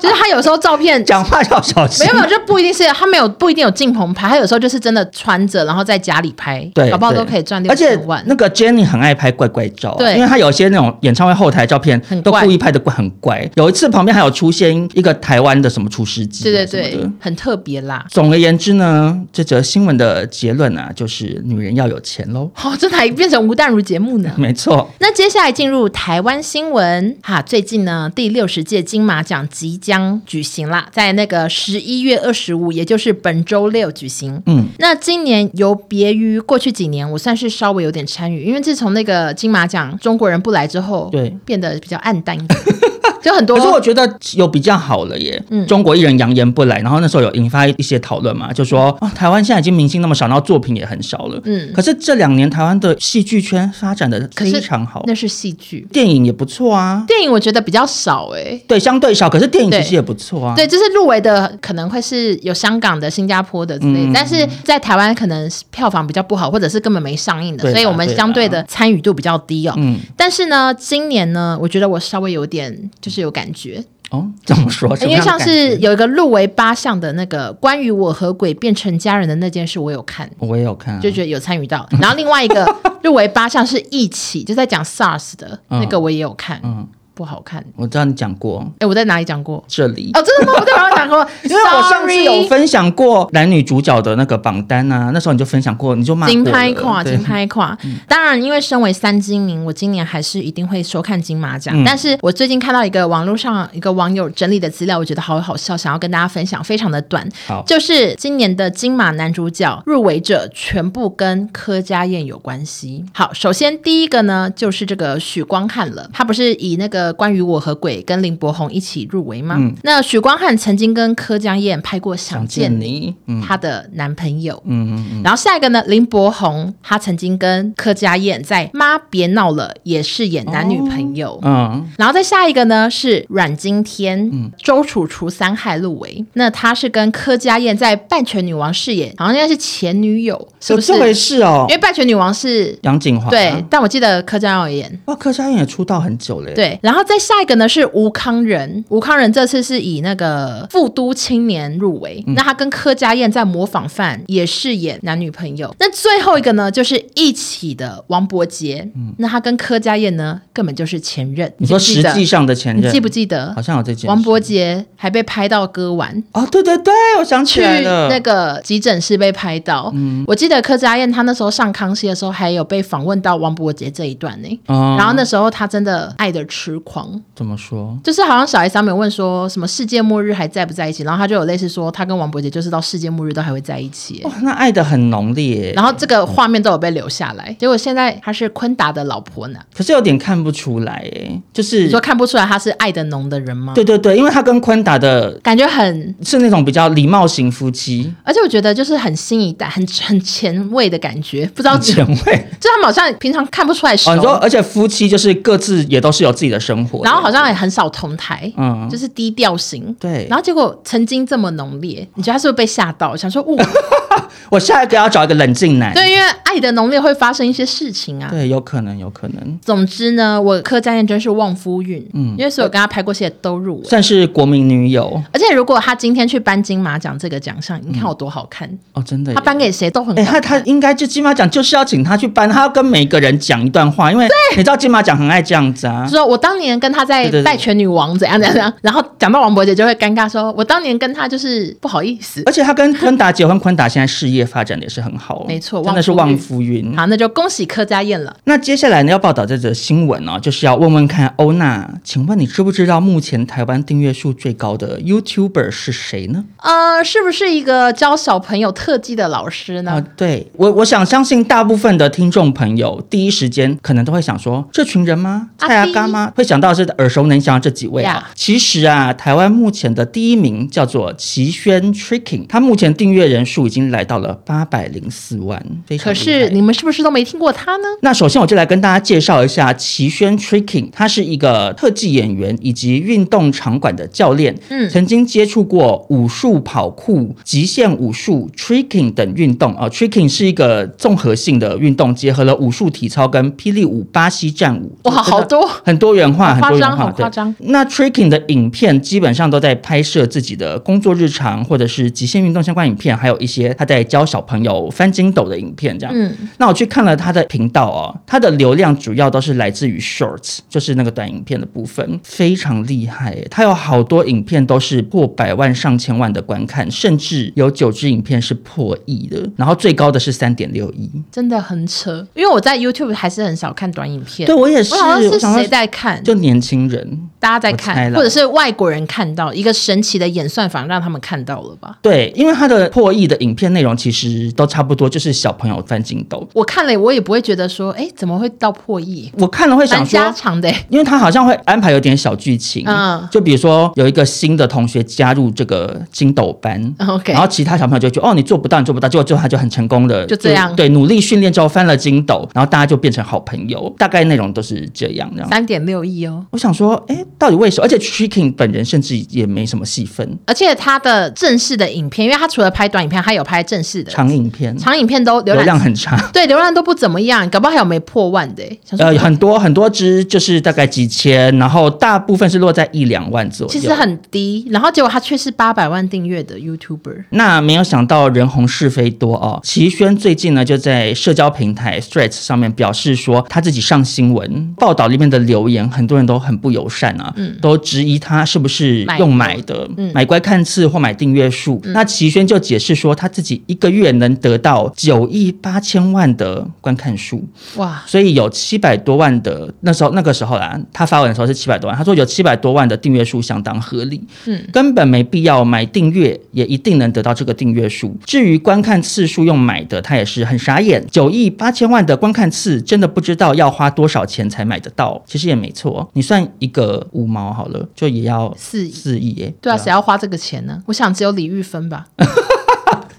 Speaker 1: 就是他有时候照片
Speaker 2: 讲话要小心
Speaker 1: 没有。没有就不一定是他没有不一定有进棚拍，他有时候就是真的穿着然后在家里拍，
Speaker 2: 对，
Speaker 1: 搞不好
Speaker 2: 对
Speaker 1: 都可以赚六
Speaker 2: 而且
Speaker 1: 千万。
Speaker 2: 那个 Jenny 很爱拍怪怪照啊、
Speaker 1: 对
Speaker 2: 因为她有些那种演唱会后台照片
Speaker 1: 很
Speaker 2: 都
Speaker 1: 怪
Speaker 2: 故意拍的怪很怪。有一次旁边还有出现一个台湾的什啊么厨师机，
Speaker 1: 对对对。，很特别啦。
Speaker 2: 总而言之呢，这则新闻的结论啊，就是女人要有钱喽。
Speaker 1: 哦，这哪里变成吴淡如节目呢？
Speaker 2: 没错，
Speaker 1: 那接下来进入台湾新闻哈，最近呢，第六十届金马奖即将举行啦，在那个十一月二十五，也就是本周六举行。
Speaker 2: 嗯，
Speaker 1: 那今年有别于过去几年，我算是稍微有点参与，因为自从那个金马奖中国人不来之后，
Speaker 2: 对，
Speaker 1: 变得比较暗淡一 点，
Speaker 2: 可是
Speaker 1: 就很
Speaker 2: 我
Speaker 1: 多。嗯
Speaker 2: 觉得有比较好了耶，中国艺人扬言不来，然后那时候有引发一些讨论嘛，就说啊，台湾现在已经明星那么少，然后作品也很少了，
Speaker 1: 嗯
Speaker 2: 可是这两年台湾的戏剧圈发展的
Speaker 1: 可是
Speaker 2: 非常好，
Speaker 1: 那是戏剧，
Speaker 2: 电影也不错啊，
Speaker 1: 电影我觉得比较少哎、
Speaker 2: 对，相对少，可是电影其实
Speaker 1: 对
Speaker 2: 也不错啊，
Speaker 1: 对，就是入围的可能会是有香港的、新加坡的之类
Speaker 2: 嗯
Speaker 1: 的，但是在台湾可能是票房比较不好，或者是根本没上映
Speaker 2: 对
Speaker 1: 的，
Speaker 2: 啦
Speaker 1: 所以我们
Speaker 2: 对啦
Speaker 1: 相对的参与度比较低哦。
Speaker 2: 嗯，
Speaker 1: 但是呢，今年呢，我觉得我稍微有点就是有感觉，
Speaker 2: 哦，怎么说？什么
Speaker 1: 因
Speaker 2: 样
Speaker 1: 为
Speaker 2: 的
Speaker 1: 像
Speaker 2: 感觉
Speaker 1: 是有一个入围八项的那个关于我和鬼变成家人的那件事，我有看。
Speaker 2: 我也有看、啊，
Speaker 1: 就觉得有参与到，然后另外 一个入围八项是一起，就在讲 SARS 的那个，我也有看，
Speaker 2: 嗯，
Speaker 1: 不好看。
Speaker 2: 我知道你讲过
Speaker 1: 哎，我在哪里讲过？
Speaker 2: 这里。
Speaker 1: 哦，真的吗？我在哪里讲过？
Speaker 2: 因为我上次
Speaker 1: Sorry
Speaker 2: 有分享过男女主角的那个榜单啊，那时候你就分享过，你就骂
Speaker 1: 金
Speaker 2: 过
Speaker 1: 拍
Speaker 2: 了
Speaker 1: 跨，
Speaker 2: 对嗯
Speaker 1: 金拍跨。当然，因为身为三金民，我今年还是一定会收看金马奖。
Speaker 2: 嗯
Speaker 1: 但是我最近看到一个网络上一个网友整理的资料，我觉得好好笑，想要跟大家分享，非常的短。
Speaker 2: 好
Speaker 1: 就是今年的金马男主角入围者全部跟柯佳燕有关系。好，首先第一个呢，就是这个许光汉了，他不是以那个关于我和鬼跟林柏宏一起入围吗？
Speaker 2: 嗯
Speaker 1: 那许光汉曾经跟柯佳燕拍过《想
Speaker 2: 想
Speaker 1: 见
Speaker 2: 见
Speaker 1: 你》，
Speaker 2: 你，嗯
Speaker 1: 她的男朋友。
Speaker 2: 嗯嗯嗯，
Speaker 1: 然后下一个呢，林柏宏他曾经跟柯佳燕在《妈别闹了》也饰演男女朋友。
Speaker 2: 嗯，
Speaker 1: 然后再下一个呢是阮经天，周楚除三害入围。那他是跟柯佳燕在《半全女王》饰演，好像应该是前女友，是
Speaker 2: 有
Speaker 1: 不是？
Speaker 2: 这回事哦
Speaker 1: 因为。《半全女王是》
Speaker 2: 杨景华
Speaker 1: 对，但我记得柯佳燕有演。
Speaker 2: 哇，柯佳嬿也出道很久嘞。，
Speaker 1: 对，然后再下一个呢是吴康仁，吴康仁这次是以那个副都青年入围，
Speaker 2: 嗯
Speaker 1: 那他跟柯佳燕在《模仿犯》也饰演男女朋友。那最后一个呢就是一起的王伯杰，那他跟柯佳燕呢根本就是前任。
Speaker 2: 嗯你说
Speaker 1: 记
Speaker 2: 实
Speaker 1: 不记得
Speaker 2: 际上的前任，
Speaker 1: 你记不记得
Speaker 2: 好？像有这件事。
Speaker 1: 王伯杰还被拍到割腕。
Speaker 2: 哦，对对对，我想起
Speaker 1: 去
Speaker 2: 来了，
Speaker 1: 那个急诊室被拍到，
Speaker 2: 嗯
Speaker 1: 我记得柯佳燕她那时候上康熙的时候，还有被访问到王伯杰这一段呢、
Speaker 2: 哦
Speaker 1: 然后那时候她真的爱的痴况。
Speaker 2: 怎么说？
Speaker 1: 就是好像小 S 他们有问说什么世界末日还在不在一起，然后他就有类似说他跟王伯杰就是到世界末日都还会在一起、
Speaker 2: 哇，那爱的很浓烈，
Speaker 1: 然后这个画面都有被留下
Speaker 2: 嗯
Speaker 1: 来，结果现在她是昆达的老婆呢，
Speaker 2: 可是有点看不出来哎，就
Speaker 1: 你
Speaker 2: 是
Speaker 1: 说看不出来她是爱的浓的人吗？
Speaker 2: 对对对，因为他跟昆达的
Speaker 1: 感觉很，
Speaker 2: 是那种比较礼貌型夫 妻，
Speaker 1: 而且我觉得就是很新一代、很很前卫的感觉，不知道
Speaker 2: 很前卫。
Speaker 1: 就他们好像平常看不出来熟，
Speaker 2: 哦，你说，而且夫妻就是各自也都是有自己的生活的，
Speaker 1: 然后好像也很少同台，
Speaker 2: 嗯
Speaker 1: 就是低调型。
Speaker 2: 对
Speaker 1: 然后结果曾经这么浓烈，你觉得他是不是被吓到？想说，哇，
Speaker 2: 我下一个要找一个冷静男，
Speaker 1: 对，因为爱的浓烈会发生一些事情啊。
Speaker 2: 对，有可能，有可能。
Speaker 1: 总之呢，我客家恋真是旺夫运，嗯，因为所有跟他拍过戏的都入围。
Speaker 2: 算是国民女友
Speaker 1: 而且如果他今天去颁金马奖这个奖项，你看有多好看，
Speaker 2: 哦，真的耶。
Speaker 1: 他颁给谁都很
Speaker 2: 嗯哎、
Speaker 1: 好
Speaker 2: 他他应该就金马奖就是要请他去颁，他要跟每个人讲一段话，因为你知道金马奖很爱这样子啊
Speaker 1: 就。说我当年跟他在
Speaker 2: 对对对
Speaker 1: 《拜权女王》怎样怎样怎样，然后讲到王伯杰就会尴尬说，我当年跟他就是不好意思。
Speaker 2: 而且他跟昆达结婚，昆达现在事业发展的也是很好，哦
Speaker 1: 没错
Speaker 2: 真的是
Speaker 1: 旺
Speaker 2: 旺
Speaker 1: 夫
Speaker 2: 夫运。
Speaker 1: 好，那就恭喜柯佳燕了。
Speaker 2: 那接下来呢，要报道这则新闻哦，就是要问问看欧娜，请问你知不知道目前台湾订阅数最高的 YouTuber 是谁呢？
Speaker 1: 呃，是不是一个教小朋友特技的老师呢？
Speaker 2: 啊、对我，我想相信大部分的听众朋友第一时间可能都会想说，这群人吗？
Speaker 1: 阿
Speaker 2: 蔡阿
Speaker 1: 弟
Speaker 2: 嘎吗？会想到是耳熟能详的这几位啊。
Speaker 1: Yeah
Speaker 2: 其实啊，台湾目前的第一名叫做齐轩 Tricking，他目前订阅人数已经来到了八百零四万，非常
Speaker 1: 可
Speaker 2: 厉
Speaker 1: 是
Speaker 2: 害
Speaker 1: 你们是不是都没听过他呢？
Speaker 2: 那首先我就来跟大家介绍一下齐轩 Tricking，他是一个特技演员以及运动场馆的教练，
Speaker 1: 嗯
Speaker 2: 曾经接触过武术、跑酷、极限武术、Tricking 等运动啊、t r i c k i n g 是一个综合性的运动，结合了武术、体操跟霹雳舞、巴西战舞，
Speaker 1: 哇，好多！
Speaker 2: 很多元化，
Speaker 1: 好
Speaker 2: 很
Speaker 1: 夸
Speaker 2: 多
Speaker 1: 张
Speaker 2: 元化，
Speaker 1: 好夸
Speaker 2: 对
Speaker 1: 张
Speaker 2: 那 Tricking 的影片基本上都在拍摄自己的工作日常，或者是极限运动相关影片，还有一些他在教小朋友翻筋斗的影片这样。
Speaker 1: 嗯，
Speaker 2: 那我去看了他的频道哦，他的流量主要都是来自于 Shorts，就是那个短影片的部分，非常厉害耶。他有好多影片都是破百万、上千万的观看，甚至有九支影片是破亿的，然后最高的是三点六亿。
Speaker 1: 真的很扯。因为我在 YouTube 还是很少看短影片，
Speaker 2: 对我也是，
Speaker 1: 我好像是
Speaker 2: 我想说
Speaker 1: 谁在看，
Speaker 2: 就年轻人，
Speaker 1: 大家在
Speaker 2: 我猜
Speaker 1: 看，
Speaker 2: 啦
Speaker 1: 或者是外国人看到一个神奇的演算法让他们看到了吧？
Speaker 2: 对，因为他的破译的影片内容其实都差不多，就是小朋友翻筋斗。
Speaker 1: 我看了，我也不会觉得说，哎，怎么会到破亿？
Speaker 2: 我看了会想
Speaker 1: 蛮家
Speaker 2: 说。
Speaker 1: 常的、诶
Speaker 2: 因为他好像会安排有点小剧情，
Speaker 1: 嗯
Speaker 2: 就比如说有一个新的同学加入这个筋斗班
Speaker 1: OK
Speaker 2: 然后其他小朋友就觉得哦你做不到，你做不到，结果最后他就很成功的
Speaker 1: 就这样
Speaker 2: 对，努力训练之后翻了筋斗，然后大家就变成好朋友，大概内容都是这样这样。
Speaker 1: 三点六亿哦。
Speaker 2: 我想说，哎，到底为什么？而且 Chicken 本人甚至也没什么戏份，
Speaker 1: 而且他的正式的影片，因为他除了拍短影片，他有拍正式的
Speaker 2: 长影片
Speaker 1: 长影片都浏
Speaker 2: 流
Speaker 1: 览
Speaker 2: 量很差。
Speaker 1: 对，流量都不怎么样，搞不好还有没破万的、欸。想说
Speaker 2: 呃，很多很多只就是大概几千，然后大部分是落在一两万左右。
Speaker 1: 其实很低，然后结果他却是八百万订阅的 YouTuber。
Speaker 2: 那没有想到人红是非多哦。齐轩最近呢就在社交平台 Threads 上面表示说，他自己上新闻报道里面的留言，很多人都很不友善啊，都质疑他是不是用买的，
Speaker 1: 嗯
Speaker 2: 买乖看次或买订阅数。那齐轩就解释说，他自己一个月能得到九亿八千万的观看数，
Speaker 1: 哇，
Speaker 2: 所以有七百多万的那时候那个时候啦，他发文的时候是七百多万，他说有七百多万的订阅数相当合理，
Speaker 1: 嗯，
Speaker 2: 根本没必要买订阅，也一定能得到这个订阅数。至于观看次数用买的，他也是很傻眼，九亿八千万的观看次，真的不知道要花多少钱才买得到。其实也没错，哦你算一个五毛好了，就也要
Speaker 1: 四亿
Speaker 2: 四亿耶，
Speaker 1: 对啊，谁要花这个钱呢？我想只有李玉芬吧，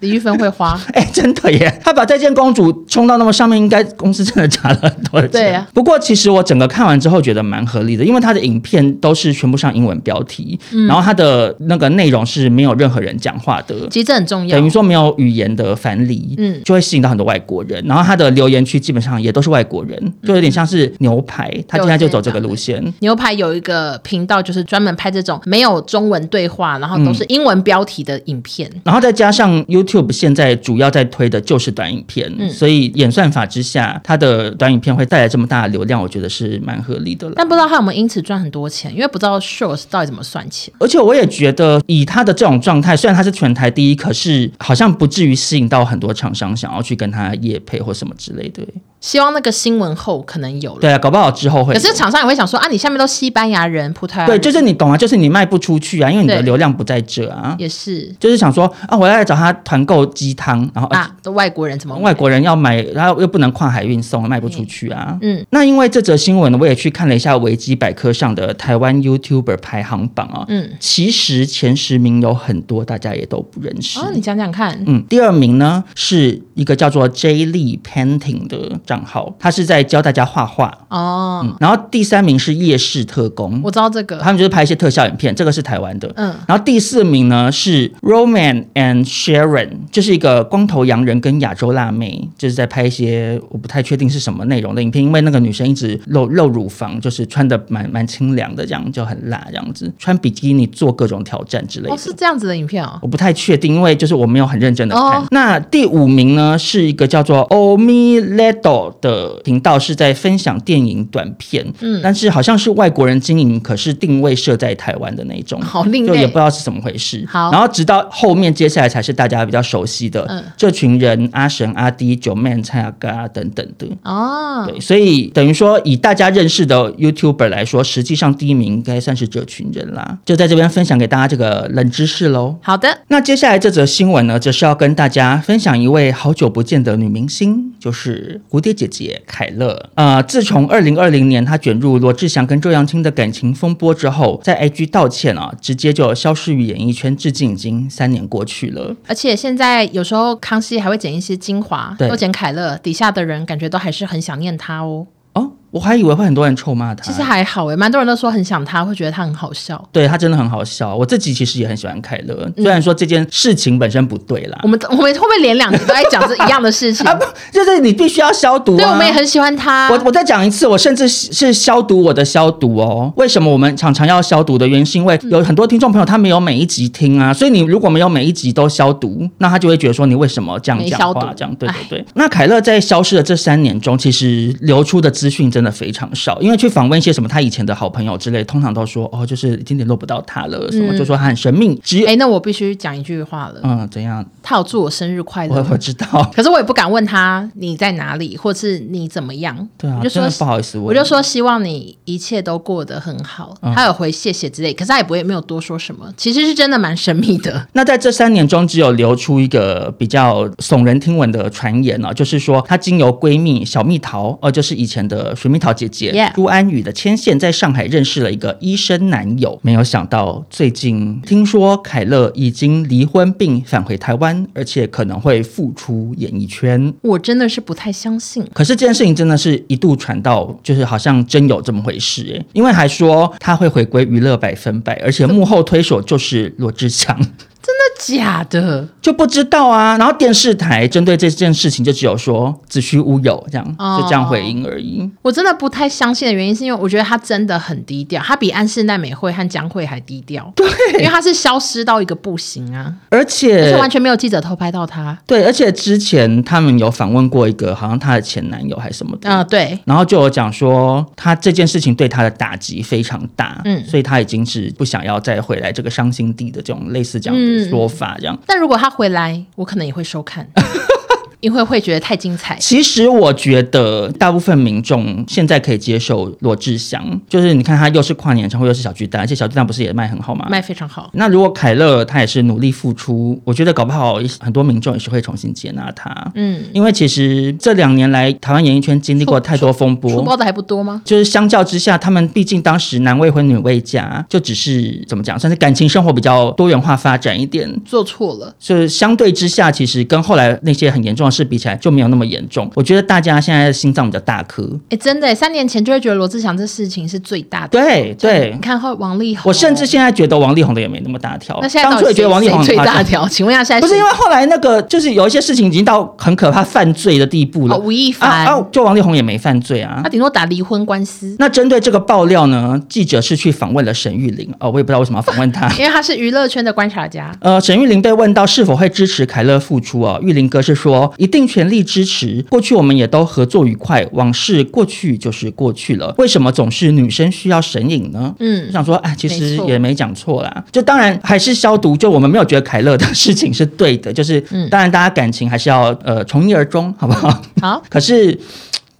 Speaker 1: 李玉芬会花。
Speaker 2: 哎、真的耶！他把再见公主冲到那么上面，应该公司真的砸了很多的钱。
Speaker 1: 对啊
Speaker 2: 不过其实我整个看完之后觉得蛮合理的，因为他的影片都是全部上英文标题，
Speaker 1: 嗯
Speaker 2: 然后他的那个内容是没有任何人讲话的。
Speaker 1: 其实这很重要
Speaker 2: 等于，说没有语言的反理，
Speaker 1: 嗯
Speaker 2: 嗯，就会吸引到很多外国人。然后他的留言区基本上也都是外国人，就有点像是牛排，他现在就走这个路线。
Speaker 1: 牛排有一个频道，就是专门拍这种没有中文对话，然后都是英文标题的影片。
Speaker 2: 然后再加上 YouTube 现在主要在推的就是短影片，
Speaker 1: 嗯
Speaker 2: 所以演算法之下，它的短影片会带来这么大的流量，我觉得是蛮合理的了。
Speaker 1: 但不知道他有没有因此赚很多钱，因为不知道 Shorts 到底怎么算钱。
Speaker 2: 而且我也觉得，以他的这种状态，虽然他是全台第一，可是好像不至于吸引到很多厂商想要去跟他业配或什么之类的。
Speaker 1: 希望那个新闻后可能有了。
Speaker 2: 对啊，搞不好之后会
Speaker 1: 可
Speaker 2: 有。
Speaker 1: 是厂商也会想说啊，你下面都西班牙人、葡萄牙人，
Speaker 2: 对，就是你懂啊，就是你卖不出去啊，因为你的
Speaker 1: 对
Speaker 2: 流量不在这啊。
Speaker 1: 也是
Speaker 2: 就是想说啊，我要来找他团购鸡汤，然后、
Speaker 1: 啊，都外国人怎么
Speaker 2: 哦外国人要买，然后又不能跨海运送，卖不出去啊。
Speaker 1: 嗯，
Speaker 2: 那因为这则新闻呢，我也去看了一下维基百科上的台湾 YouTuber 排行榜啊、
Speaker 1: 嗯，
Speaker 2: 其实前十名有很多大家也都不认识。
Speaker 1: 哦，你讲讲看，
Speaker 2: 嗯，第二名呢是一个叫做 J Lee Painting 的账号，他是在教大家画画。
Speaker 1: 哦，
Speaker 2: 嗯，然后第三名是夜市特工，
Speaker 1: 我知道这个，
Speaker 2: 他们就是拍一些特效影片，这个是台湾的。
Speaker 1: 嗯，
Speaker 2: 然后第四名呢是 Roman and Sharon，就是一个光头洋人跟亚洲辣妹，就是在拍一些我不太确定是什么内容的影片，因为那个女生一直露露乳房，就是穿的蛮蛮清凉的，这样就很辣，这样子穿比基尼做各种挑战之类的。
Speaker 1: 哦，是这样子的影片哦，
Speaker 2: 我不太确定，因为就是我没有很认真的看。
Speaker 1: 哦
Speaker 2: 那第五名呢，是一个叫做 Omiledo 的频道，是在分享电影短片，嗯，但是好像是外国人经营，可是定位设在台湾的那种。
Speaker 1: 好另
Speaker 2: 就也
Speaker 1: 类
Speaker 2: 不知，道是怎么回事。
Speaker 1: 好
Speaker 2: 然后直到后面接下来才是大家比较熟悉的，
Speaker 1: 嗯
Speaker 2: 这群人阿神、阿迪、九妹、蔡阿嘎等等的。
Speaker 1: 哦，
Speaker 2: 对，所以等于说，以大家认识的 YouTuber 来说，实际上第一名应该算是这群人啦。就在这边分享给大家这个冷知识喽。
Speaker 1: 好的，
Speaker 2: 那接下来这则新闻呢，则是要跟大家分享一位好久不见的女明星，就是蝴蝶姐姐凯乐。呃，自从二零二零年她卷入罗志祥跟周扬青的感情风波之后，在 IG 道歉啊，直接就消失于演艺圈，至今已经三年过去了。
Speaker 1: 而且现在有时候康熙还会剪一些精华，
Speaker 2: 对
Speaker 1: 都剪凯乐，底下的人感觉都还是很想念他哦。
Speaker 2: 哦，我还以为会很多人臭骂她。
Speaker 1: 其实还好诶，蛮多人都说很想他，会觉得他很好笑。
Speaker 2: 对她真的很好笑，我自己其实也很喜欢凯乐，虽然说这件事情本身不对啦
Speaker 1: 我，们 我们会不会连两集都在讲这一样的事 情？
Speaker 2: 啊不，就是你必须要消毒、啊。
Speaker 1: 对，我们也很喜欢他。
Speaker 2: 我我再讲一次，我甚至是是消毒我的消毒哦。为什么我们常常要消毒的原因，是因
Speaker 1: 嗯
Speaker 2: 为有很多听众朋友他没有每一集听啊，所以你如果没有每一集都消毒，那他就会觉得说你为什么这样
Speaker 1: 没
Speaker 2: 讲
Speaker 1: 消
Speaker 2: 话
Speaker 1: 毒哎
Speaker 2: 这样？对对对。那凯乐在消失的这三年中，其实流出的资讯真的非常少，因为去访问一些什么他以前的好朋友之类，通常都说哦，就是已经联络不到他了，什么、就说他很神秘，只有
Speaker 1: 嗯哎、那我必须讲一句话了，
Speaker 2: 嗯怎样，
Speaker 1: 他有祝我生日快
Speaker 2: 我
Speaker 1: 乐，
Speaker 2: 我知道，
Speaker 1: 可是我也不敢问他你在哪里，或是你怎么样。
Speaker 2: 对啊
Speaker 1: 我，就
Speaker 2: 真的
Speaker 1: 说
Speaker 2: 不好意思，
Speaker 1: 我就说希望你一切都过得很好。
Speaker 2: 嗯
Speaker 1: 他有回谢谢之类，可是他也不会没有多说什么。其实是真的蛮神秘的。
Speaker 2: 那在这三年中，只有流出一个比较耸人听闻的传言呢、就是说她经由闺蜜小蜜桃，呃，就是以前的水蜜桃姐姐
Speaker 1: Yeah
Speaker 2: 朱安宇的牵线，在上海认识了一个医生男友。没有想到，最近听说凯乐已经离婚并返回台湾，而且可能会复出演艺圈。
Speaker 1: 我真的是不太相信。
Speaker 2: 可是这件事情真的是一度传到，就是好像真有这么回事诶，因为还说他会回归娱乐百分百，而且幕后推手就是罗志祥。
Speaker 1: 真的假的？
Speaker 2: 就不知道啊。然后电视台针对这件事情，就只有说子虚乌有这样，
Speaker 1: 哦
Speaker 2: 就这样回应而已。
Speaker 1: 我真的不太相信的原因，是因为我觉得他真的很低调，他比安室奈美惠和江蕙还低调。对，因为他是消失到一个不行啊，
Speaker 2: 而
Speaker 1: 而且
Speaker 2: 且
Speaker 1: 完全没有记者偷拍到他。
Speaker 2: 对，而且之前他们有访问过一个，好像她的前男友还是什么的。
Speaker 1: 啊、对，
Speaker 2: 然后就有讲说，她这件事情对她的打击非常大，
Speaker 1: 嗯
Speaker 2: 所以她已经是不想要再回来这个伤心地的这种类似这样的
Speaker 1: 嗯
Speaker 2: 说法，这样。
Speaker 1: 但如果他回来，我可能也会收 看，因为会觉得太精彩。
Speaker 2: 其实我觉得大部分民众现在可以接受罗志祥，就是你看他又是跨年演唱会，又是小巨蛋，而且小巨蛋不是也卖很好吗？
Speaker 1: 卖非常好，
Speaker 2: 那如果凯乐他也是努力付出，我觉得搞不好很多民众也是会重新接纳他，
Speaker 1: 嗯，
Speaker 2: 因为其实这两年来台湾演艺圈经历过太多风
Speaker 1: 出
Speaker 2: 波。
Speaker 1: 包的还不多吗？
Speaker 2: 就是相较之下，他们毕竟当时男未婚女未嫁，就只是怎么讲，算是感情生活比较多元化发展一点。
Speaker 1: 做错了，
Speaker 2: 就是相对之下，其实跟后来那些很严重的事比起来，就没有那么严重。我觉得大家现在的心脏比较大颗，
Speaker 1: 哎，真的耶，三年前就会觉得罗志祥这事情是最大的。
Speaker 2: 对 对
Speaker 1: 你。看后王力宏，啊
Speaker 2: 我甚至现在觉得王力宏的也没那么大条，
Speaker 1: 那现在
Speaker 2: 当
Speaker 1: 到
Speaker 2: 初
Speaker 1: 底
Speaker 2: 也觉得王力
Speaker 1: 谁
Speaker 2: 宏很
Speaker 1: 最
Speaker 2: 夸张
Speaker 1: 大条？请问一下，现在
Speaker 2: 不是
Speaker 1: 谁
Speaker 2: 因为后来那个，就是有一些事情已经到很可怕犯罪的地步了。
Speaker 1: 哦吴亦
Speaker 2: 啊
Speaker 1: 凡，
Speaker 2: 啊，就王力宏也没犯罪啊
Speaker 1: 他。顶多打离婚官 司，
Speaker 2: 那针对这个爆料呢，记者是去访问了沈玉琳，哦，我也不知道为什么要访 问她。
Speaker 1: 因为他是娱乐圈的观察家。
Speaker 2: 呃，沈玉琳被问到是否会支持凯乐复出哦，玉琳哥是说一定全力支持。过去我们也都合作愉快，往事过去就是过去了，为什么总是女生需要神隐呢？我
Speaker 1: 嗯，
Speaker 2: 想说，哎，其实
Speaker 1: 没错
Speaker 2: 也没讲错啦。就当然还是消毒，就我们没有觉得凯乐的事情是
Speaker 1: 嗯
Speaker 2: 对的，就是、当然大家感情还是要呃从一而终，好不好？
Speaker 1: 好，
Speaker 2: 可是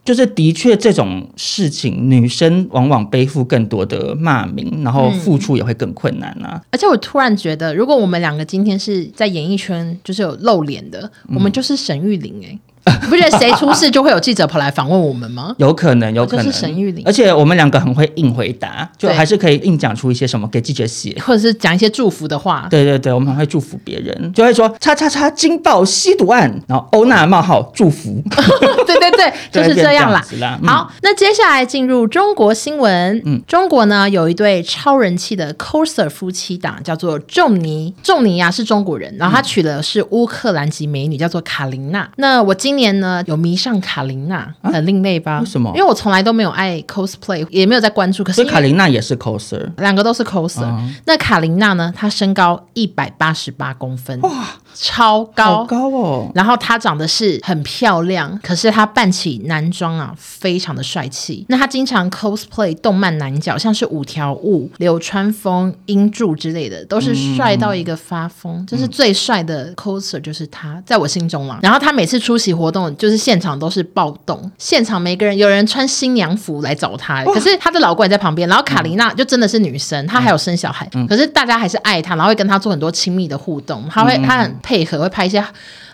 Speaker 2: 就是的确这种事情，女生往往背负更多的骂名，然
Speaker 1: 嗯
Speaker 2: 后付出也会更困难啊。
Speaker 1: 而且我突然觉得，如果我们两个今天是在演艺圈就是有露脸的，我们就是沈玉琳哎、 你不觉得谁出事就会有记者跑来访问我们吗？
Speaker 2: 有可能，有可能，
Speaker 1: 哦就是沈玉琳
Speaker 2: 而且我们两个很会硬回答，就
Speaker 1: 对
Speaker 2: 还是可以硬讲出一些什么给记者写。
Speaker 1: 或者是讲一些祝福 的话，
Speaker 2: 对对对，我们很会祝福别人，就会说“叉叉叉惊爆吸毒案”，然后欧娜冒号祝福，
Speaker 1: 对对对， 就是这样啦
Speaker 2: 就会变这样。子啦。嗯
Speaker 1: 好，那接下来进入中国新闻。嗯，中国呢有一对超人气的 coser 夫妻档，叫做仲尼。仲尼呀、啊是中国
Speaker 2: 嗯
Speaker 1: 人，然后他娶的是乌克兰籍美女，叫做卡琳娜。那我今年呢有迷上卡琳娜，很另类吧？
Speaker 2: 啊为什么
Speaker 1: 因为我从来都没有爱 cosplay，也没有在关注。可是
Speaker 2: 所以
Speaker 1: 因为
Speaker 2: 卡琳啊娜也是 coser，
Speaker 1: 两个都是 coser、那卡琳娜呢？她身高一百八十八公分，哇，超
Speaker 2: 好
Speaker 1: 高。
Speaker 2: 高哦。
Speaker 1: 然后她长得是很漂亮，可是她扮起男装啊，非常的帅气。那她经常 cosplay 动漫男角，像是五条悟、流川枫、英柱之类的，都是帅到一个发疯，就是最帅的 coser 就是她，在我心中啦。然后她每次出席活动，就是现场都是暴动，现场每个人有人穿新娘服来找她，可是她的老公也在旁边。然后卡琳娜就真的是女生，她还有生小孩，可是大家还是爱她，然后会跟她做很多亲密的互动，她会她很配合，会拍一些。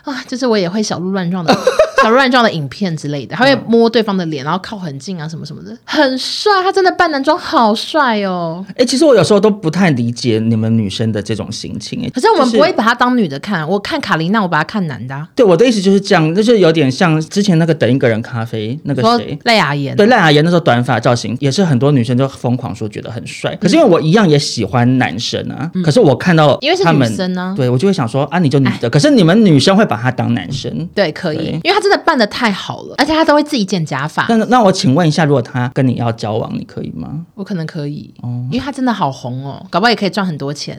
Speaker 1: 啊，就是我也会小鹿乱 撞的小鹿乱撞的影片之类的，他会
Speaker 2: 嗯
Speaker 1: 摸对方的脸，然后靠很近啊，什么什么的，很帅。他真的扮男装好帅哦，
Speaker 2: 哎、其实我有时候都不太理解你们女生的这种心情、哎，
Speaker 1: 可是我们
Speaker 2: 就
Speaker 1: 不会把他当女的看，我看卡琳娜，我把他看男的、啊。
Speaker 2: 对我的意思就是这样，就是有点像之前那个等一个人咖啡那个
Speaker 1: 说
Speaker 2: 谁。
Speaker 1: 赖雅妍，
Speaker 2: 对，赖雅妍那时候短发造型也是很多女生就疯狂说觉得很帅，可是因为我一样也喜欢男生啊，可是我看到
Speaker 1: 嗯因为是
Speaker 2: 他们
Speaker 1: 女生啊哎
Speaker 2: 对我就会想说啊你就女的，可是你们女生会把他当男生，
Speaker 1: 对，可以
Speaker 2: 对，
Speaker 1: 因为他真的扮的太好了，而且他都会自己剪假发，
Speaker 2: 那那我请问一下，如果他跟你要交往，你可以吗？
Speaker 1: 我可能可以，因为他真的好红哦，搞不好也可以赚很多钱。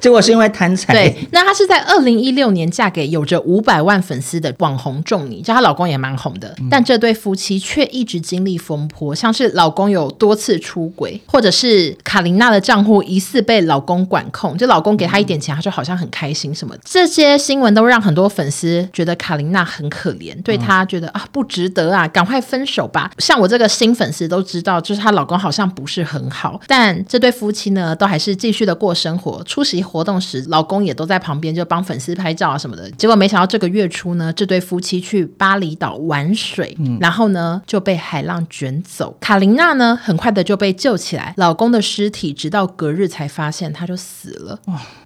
Speaker 2: 结果是因为贪财，
Speaker 1: 对， 那她是在二零一六年嫁给有着五百万粉丝的网红仲尼，就她老公也蛮红的，但这对夫妻却一直经历风波，像是老公有多次出轨，或者是卡琳娜的账户疑似被老公管控，就老公给她一点钱，她就好像很开心什么的。这些新闻都让很多粉丝觉得卡琳娜很可怜，对她觉得啊不值得啊，赶快分手吧。像我这个新粉丝都知道，就是她老公好像不是很好，但这对夫妻呢，都还是继续的过生活。出席活动时，老公也都在旁边，就帮粉丝拍照啊什么的。结果没想到这个月初呢，这对夫妻去巴厘岛玩水，然后呢就被海浪卷走。卡琳娜呢，很快的就被救起来，老公的尸体直到隔日才发现，他就死了。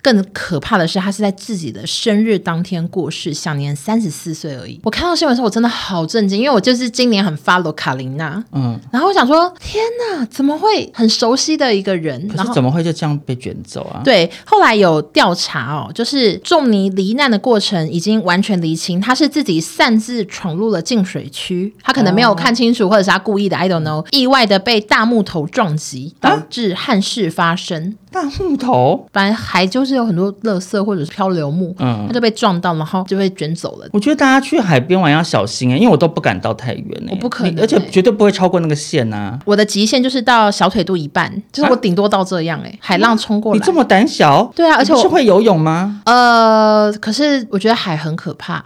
Speaker 1: 更可怕的是，他是在自己的生日当天过世，享年三十四岁而已。我看到新闻的时候，我真的好震惊，因为我就是今年很 follow 卡琳娜，
Speaker 2: 嗯，
Speaker 1: 然后我想说，天哪，怎么会很熟悉的一个人？
Speaker 2: 可
Speaker 1: 然
Speaker 2: 是
Speaker 1: 后
Speaker 2: 怎么会就这样被卷走啊？
Speaker 1: 对，后来有调查哦，就是仲尼罹难的过程已经完全厘清，他是自己擅自闯入了净水区，他可能没
Speaker 2: 哦
Speaker 1: 有看清楚，或者是他故意的，I don't know，意外的被大木头撞击，
Speaker 2: 啊
Speaker 1: 导致憾事发生。
Speaker 2: 大木头，
Speaker 1: 反正还就是有很多垃圾或者是漂流木，
Speaker 2: 嗯
Speaker 1: 他就被撞到，然后就被卷走了。
Speaker 2: 我觉得大家去海边玩要小心哎、因为我都不敢到太远哎、
Speaker 1: 我不可能
Speaker 2: 你而且
Speaker 1: 欸
Speaker 2: 绝对不会超过那个线啊呐、
Speaker 1: 我的极限就是到小腿肚一半，就是我顶多到这样哎、海浪冲过
Speaker 2: 啊你
Speaker 1: 来。
Speaker 2: 这么胆小，
Speaker 1: 对啊而
Speaker 2: 你
Speaker 1: 且
Speaker 2: 不
Speaker 1: 我
Speaker 2: 是会游泳吗？
Speaker 1: 呃，可是我觉得海很 可怕，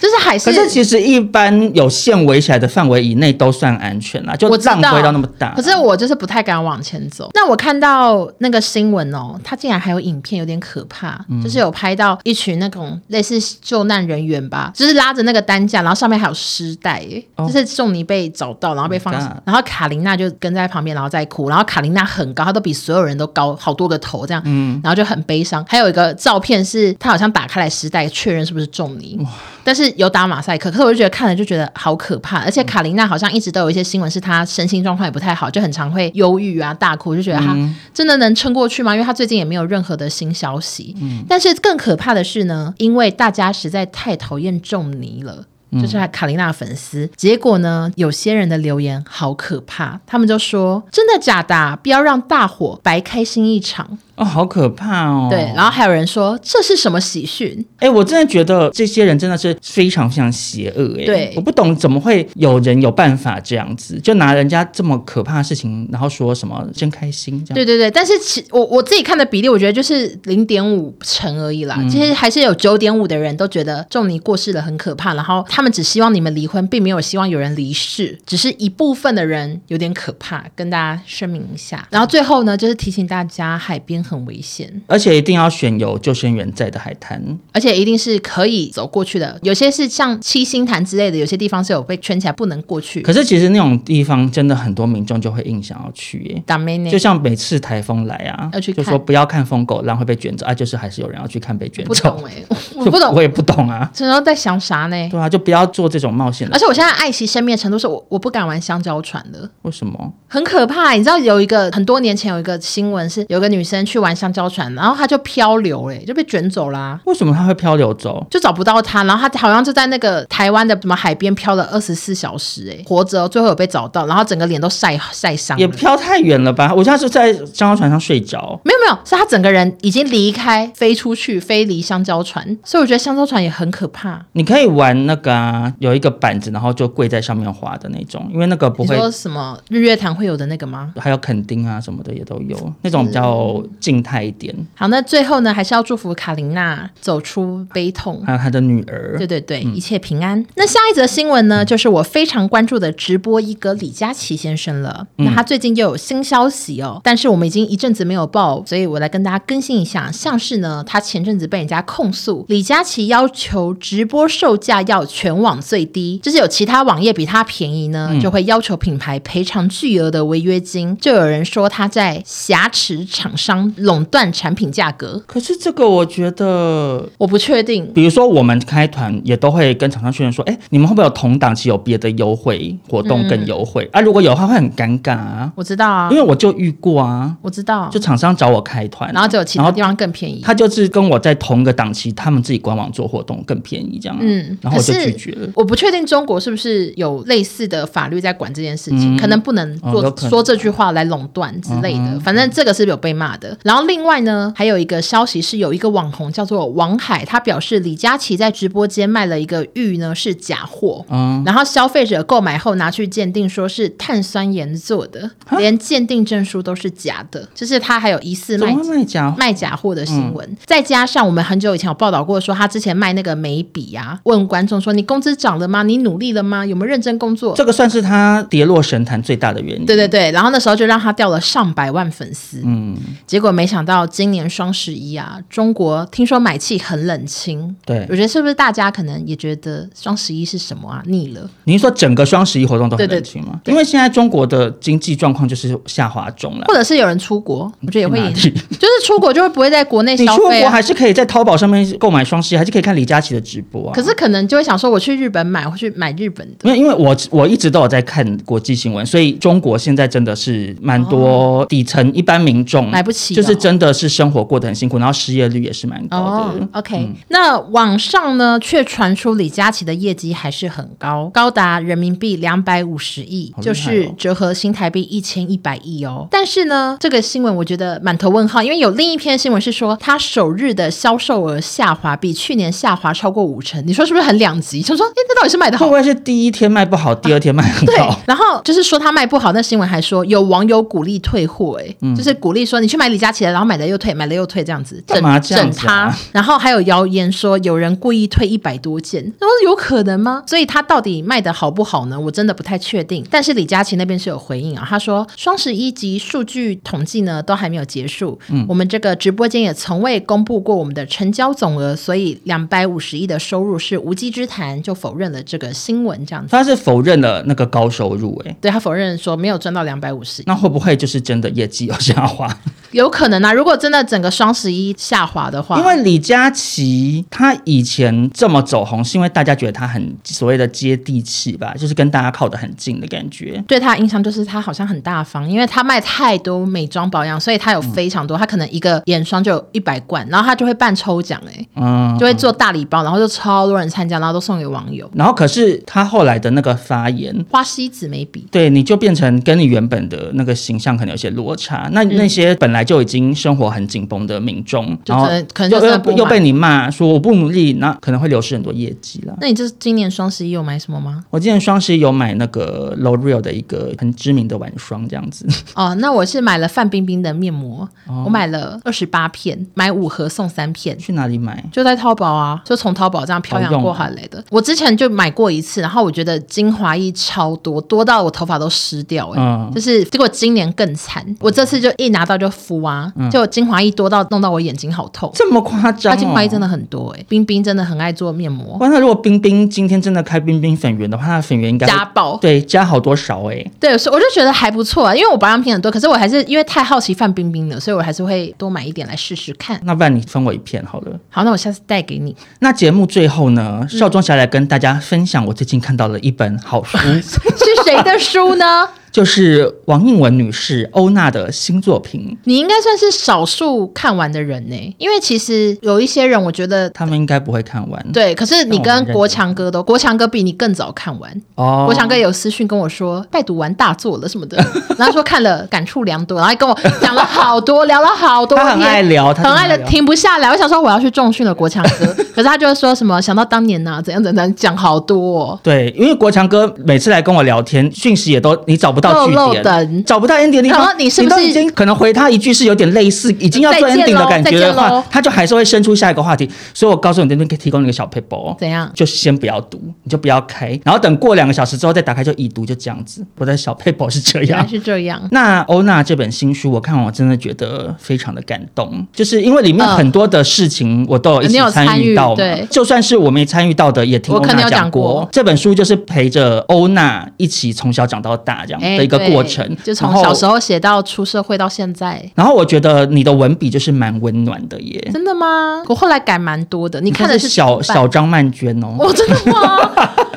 Speaker 1: 就是海
Speaker 2: 可是其实一般有线围起来的范围以内都算安全啦，就
Speaker 1: 我知道
Speaker 2: 浪不会到那么大。
Speaker 1: 可是我就是不太敢往前走。那我看到那个新闻哦，它竟然还有影片，有点可怕，
Speaker 2: 嗯
Speaker 1: 就是有拍到一群那种类似救难人员吧，就是拉着那个担架，然后上面还有尸袋耶，
Speaker 2: 哦
Speaker 1: 就是仲尼被找到，然后被放
Speaker 2: Oh my god
Speaker 1: 然后卡琳娜就跟在旁边，然后在哭，然后卡琳娜很高，她都比所有人都高好多个头这样，然后就很悲伤。还有一个照片是她好像打开来尸袋确认是不是仲尼，但是有打马赛克，可是我就觉得看了就觉得好可怕，而且卡琳娜好像一直都有一些新闻是她身心状况也不太好，就很常会忧郁啊、大哭，就觉得她真的能撑过去吗？因为她最近也没有任何的新消息。但是更可怕的是呢，因为大家实在太讨厌仲尼了。就是她卡琳娜的粉丝，结果呢，有些人的留言好可怕，他们就说：“真的假的啊、不要让大伙白开心一场。”
Speaker 2: 哦，好可怕哦！
Speaker 1: 对，然后还有人说这是什么喜讯？
Speaker 2: 哎、我真的觉得这些人真的是非常非常邪恶哎、
Speaker 1: 对
Speaker 2: 我不懂怎么会有人有办法这样子，就拿人家这么可怕的事情，然后说什么真开心这样。
Speaker 1: 对对对，但是其我我自己看的比例，我觉得就是零点五成而已啦。其实还是有九点五的人都觉得仲尼过世了很可怕，然后他们只希望你们离婚，并没有希望有人离世，只是一部分的人有点可怕，跟大家声明一下。然后最后呢，就是提醒大家海边很危险，
Speaker 2: 而且一定要选有救生员在的海滩，
Speaker 1: 而且一定是可以走过去的。有些是像七星潭之类的，有些地方是有被圈起来不能过去。
Speaker 2: 可是其实那种地方真的很多民众就会硬想要去耶、
Speaker 1: 打妹呢
Speaker 2: 就？像每次台风来啊
Speaker 1: 要去，
Speaker 2: 就
Speaker 1: 看
Speaker 2: 说不要看疯狗浪会被卷走啊，就是还是有人要去看被卷
Speaker 1: 不
Speaker 2: 走
Speaker 1: 懂。哎、我不 懂
Speaker 2: 我，也不懂啊。
Speaker 1: 这时候在想啥呢？
Speaker 2: 对啊，就不要做这种冒险的
Speaker 1: 而。且我现在爱惜生命的程度是我我不敢玩香蕉船了。
Speaker 2: 为什么？
Speaker 1: 很可怕、你知道有一个很多年前有一个新闻是，有个女生去玩香蕉船，然后她就漂流了，就被卷走啦、
Speaker 2: 为什么它会漂流走？
Speaker 1: 就找不到她，然后她好像就在那个台湾的什么海边漂了二十四小时、哎，活着哦，最后有被找到，然后整个脸都晒晒伤
Speaker 2: 也
Speaker 1: 了。
Speaker 2: 漂太远了吧？我现在是在香蕉船上睡着。
Speaker 1: 没有没有，是她整个人已经离开，飞出去，飞离香蕉船，所以我觉得香蕉船也很可怕。
Speaker 2: 你可以玩那个、啊、有一个板子，然后就跪在上面滑的那种，因为那个不
Speaker 1: 你
Speaker 2: 会，
Speaker 1: 说什么日月潭会有的那个吗？
Speaker 2: 还有垦丁啊什么的也都有，那种比较静态一点。
Speaker 1: 好，那最后呢，还是要祝福卡琳娜走出悲痛。
Speaker 2: 还有他的女儿
Speaker 1: 对，对对，一切平安。那下一则新闻呢，就是我非常关注的直播一哥李佳琦先生了。那他最近又有新消息哦，但是我们已经一阵子没有报，所以我来跟大家更新一下。像是呢，他前阵子被人家控诉，李佳琦要求直播售价要全网最低，就是有其他网页比他便宜呢，就会要求品牌赔偿巨额的违约金。就有人说他在挟持厂商垄断产品价格，
Speaker 2: 可是这个我觉得。
Speaker 1: 我不确定。
Speaker 2: 比如说，我们开团也都会跟厂商确认说，哎、你们会不会有同档期有别的优惠活
Speaker 1: 嗯
Speaker 2: 动更优惠、啊？如果有的话，会很尴尬啊，
Speaker 1: 我知道啊
Speaker 2: 因，为我就遇过啊，
Speaker 1: 我知道。
Speaker 2: 就厂商找我开团，
Speaker 1: 然后只有其
Speaker 2: 然
Speaker 1: 他
Speaker 2: 后
Speaker 1: 地方更便宜。
Speaker 2: 他就是跟我在同一个档期，他们自己官网做活动更便宜这样啊，
Speaker 1: 嗯
Speaker 2: 然后我就
Speaker 1: 可是
Speaker 2: 拒绝了。
Speaker 1: 我不确定中国是不是有类似的法律在管这件事情，
Speaker 2: 嗯
Speaker 1: 可能不能
Speaker 2: 哦
Speaker 1: 做、
Speaker 2: 有可能嗯
Speaker 1: 说这句话来垄断之类的。反正这个是有被骂的。然后另外呢，还有一个消息是有一个网红叫做王海，他表示李佳琦在直播间卖了一个玉呢是假货。
Speaker 2: 嗯，
Speaker 1: 然后消费者购买后拿去鉴定，说是碳酸盐做的，连鉴定证书都是假的，就是他还有疑似
Speaker 2: 怎
Speaker 1: 卖
Speaker 2: 么会卖假货？
Speaker 1: 卖假货的新
Speaker 2: 嗯
Speaker 1: 闻，再加上我们很久以前有报道过，说他之前卖那个眉笔啊，问观众说你工资涨了吗？你努力了吗？有没有认真工作？
Speaker 2: 这个算是他跌落神坛最大的原因。
Speaker 1: 对对对，然后那时候就让他掉了上百万粉丝，嗯，结果没想到今年双十一啊，中国听说买气很冷清，
Speaker 2: 对
Speaker 1: 我觉得是不是大家可能也觉得双十一是什么啊，腻了，
Speaker 2: 您说整个双十一活动都很
Speaker 1: 对对
Speaker 2: 冷清吗？因为现在中国的经济状况就是下滑中了
Speaker 1: 或。者是有人出国，我觉得也会啊
Speaker 2: 去哪里
Speaker 1: 影 响，就是出国就会不会在国内
Speaker 2: 你
Speaker 1: 消
Speaker 2: 出
Speaker 1: 费、
Speaker 2: 国
Speaker 1: 啊。
Speaker 2: 还是可以在淘宝上面购买双十一，还是可以看李佳琦的直播啊。
Speaker 1: 可是可能就会想说，我去日本买，我去买日本的。
Speaker 2: 因为因为我我一直都有在看国际新闻，所以中国现在真的是蛮多底层、一般民众
Speaker 1: 哦买不起的
Speaker 2: 就是真的是生活过得很辛苦，然后失业率也是蛮高的。嗯
Speaker 1: 哦，OK，、那网上呢却传出李佳琦的业绩还是很高，高达人民币两百五十亿，
Speaker 2: 好厉害哦
Speaker 1: 就是折合新台币一千一百亿哦。但是呢，这个新闻我觉得满头问号，因为有另一篇新闻是说他首日的销售额下滑，比去年下滑超过五成，你说是不是很两极？就说，哎，这到底是卖的
Speaker 2: 会
Speaker 1: 好
Speaker 2: 不？会是第一天卖不好，第二天卖很
Speaker 1: 啊对
Speaker 2: 好？，
Speaker 1: 然后就是说他卖不好，那新闻还说有网友鼓励退货、欸，哎、
Speaker 2: 嗯
Speaker 1: 就是鼓励说你去买李佳琦的，然后买了又退，买了又退这样子，整
Speaker 2: 干嘛这样
Speaker 1: 整
Speaker 2: 子啊
Speaker 1: 他。然后还有谣言说有人故意退一百多件，那我说有可能吗？所以他到底卖的好不好呢？我真的不太确定。但是李佳琦那边是有回应啊，他说双十一及数据统计呢都还没有结束，
Speaker 2: 嗯
Speaker 1: 我们这个直播间也从未公布过我们的成交总额，所以两百五十亿的收入是无稽之谈，就否认了这个新闻这样子。
Speaker 2: 他是否认了那个高收入、欸，
Speaker 1: 对他否认说没有赚到两百五十，
Speaker 2: 那会不会就是真的业绩有下滑？
Speaker 1: 有可能啊。如果真的整个双十一下滑的话，
Speaker 2: 因为李佳琦他以前这么走红，是因为大家觉得他很所谓的接地气吧，就是跟大家靠得很近的感觉。
Speaker 1: 对他的印象就是他好像很大方，因为他卖太多美妆保养，所以他有非常多，他可能一个眼霜就有一百罐，然后他就会办抽奖、欸，
Speaker 2: 嗯，
Speaker 1: 就会做大礼包，然后就超多人参加，然后都送给网友。
Speaker 2: 然后可是他后来的那个发言。
Speaker 1: 花西子眉笔，
Speaker 2: 对，你就变成跟你原本的那个形象可能有些落差。那那些本来来就已经生活很紧绷的民众，
Speaker 1: 嗯就
Speaker 2: 然后
Speaker 1: 可能可能就
Speaker 2: 又
Speaker 1: 真的不
Speaker 2: 又又
Speaker 1: 买
Speaker 2: 被你骂说我不努力，那可能会流失很多业绩啦。
Speaker 1: 那你这今年双十一有买什么吗？
Speaker 2: 我之前双十一有买那个 L'Oreal 的一个很知名的晚霜，这样子。
Speaker 1: 哦，那我是买了范冰冰的面膜，
Speaker 2: 哦
Speaker 1: 我买了二十八片，买五盒送三片。
Speaker 2: 去哪里买？
Speaker 1: 就在淘宝啊，就从淘宝这样漂洋过海来的。我之前就买过一次，然后我觉得精华液超多，多到我头发都湿掉哎、
Speaker 2: 嗯
Speaker 1: 就是结果今年更惨，我这次就一拿到就敷啊，就精华液多到弄到我眼睛好痛。
Speaker 2: 嗯这么夸张、
Speaker 1: 它
Speaker 2: 哦？
Speaker 1: 精华液真的很多哎、冰冰真的很爱做面膜，
Speaker 2: 哇，那如果冰冰今天真的开冰冰粉圆的话，它的粉圆应该会
Speaker 1: 家暴。
Speaker 2: 对加好多少哎、
Speaker 1: 对，所以我就觉得还不错、啊，因为我保养品很多，可是我还是因为太好奇范冰冰了，所以我还是会多买一点来试试看。
Speaker 2: 那不然你分我一片好了。
Speaker 1: 好，那我下次带给你。
Speaker 2: 那节目最后
Speaker 1: 嗯
Speaker 2: 呢，少中侠来跟大家分享我最近看到了一本好 书，
Speaker 1: 是谁的书呢？
Speaker 2: 就是王应文女士欧娜的新作品，
Speaker 1: 你应该算是少数看完的人呢、因为其实有一些人，我觉得
Speaker 2: 他们应该不会看完。
Speaker 1: 对，可是
Speaker 2: 但
Speaker 1: 你
Speaker 2: 我
Speaker 1: 跟
Speaker 2: 蛮认
Speaker 1: 国
Speaker 2: 同
Speaker 1: 强哥都，国强哥比你更早看完。
Speaker 2: 哦，
Speaker 1: 国强哥有私讯跟我说，拜读完大作了什么的， 然后说看了感触良多，然后还跟我讲了好多，聊了好多
Speaker 2: 他很
Speaker 1: 天
Speaker 2: 爱聊，他
Speaker 1: 很爱的
Speaker 2: 听。
Speaker 1: 停不下来，我想说我要去重训了国强 哥，可是他就说什么想到当年呐、怎样怎样讲好多、哦，
Speaker 2: 对，因为国强哥每次来跟我聊天，讯息也都你找不到据
Speaker 1: 漏
Speaker 2: 点，
Speaker 1: 漏等
Speaker 2: 找不到 ending 的地
Speaker 1: 然
Speaker 2: 方
Speaker 1: 后，你是不
Speaker 2: 都
Speaker 1: 是
Speaker 2: 已经可能回他一句是有点类似已经要做
Speaker 1: 再见
Speaker 2: ending 的
Speaker 1: 咯
Speaker 2: 感觉
Speaker 1: 再
Speaker 2: 的
Speaker 1: 见
Speaker 2: 话
Speaker 1: 咯，
Speaker 2: 他就还是会伸出下一个话题。所以我告诉你，这边可以提供你一个小 paper，哦
Speaker 1: 怎样？
Speaker 2: 就先不要读，你就不要开，然后等过两个小时之后再打开就已读，就这样子。我的小 paper 是这
Speaker 1: 原来
Speaker 2: 样。
Speaker 1: 是这样。
Speaker 2: 那欧娜这本新书，我看完我真的觉得非常的感动，就是因为里面
Speaker 1: 嗯
Speaker 2: 很多的事情我都有一
Speaker 1: 呃你
Speaker 2: 起
Speaker 1: 有
Speaker 2: 参与
Speaker 1: 参与
Speaker 2: 到嘛，
Speaker 1: 对
Speaker 2: 就算是我没参与到的，也听
Speaker 1: 我
Speaker 2: 欧
Speaker 1: 可能
Speaker 2: 娜
Speaker 1: 有
Speaker 2: 讲
Speaker 1: 讲过
Speaker 2: 这本书就是陪着欧娜一起从小长到大这样
Speaker 1: 哎
Speaker 2: 的一个
Speaker 1: 对
Speaker 2: 过程，
Speaker 1: 就从
Speaker 2: 然后
Speaker 1: 小时候写到出社会到现在，
Speaker 2: 然后我觉得你的文笔就是蛮温暖的耶，
Speaker 1: 真的吗？我后来改蛮多的，你看的
Speaker 2: 是
Speaker 1: 是
Speaker 2: 小
Speaker 1: 怎么
Speaker 2: 小张曼娟哦，
Speaker 1: 办，我真的 吗？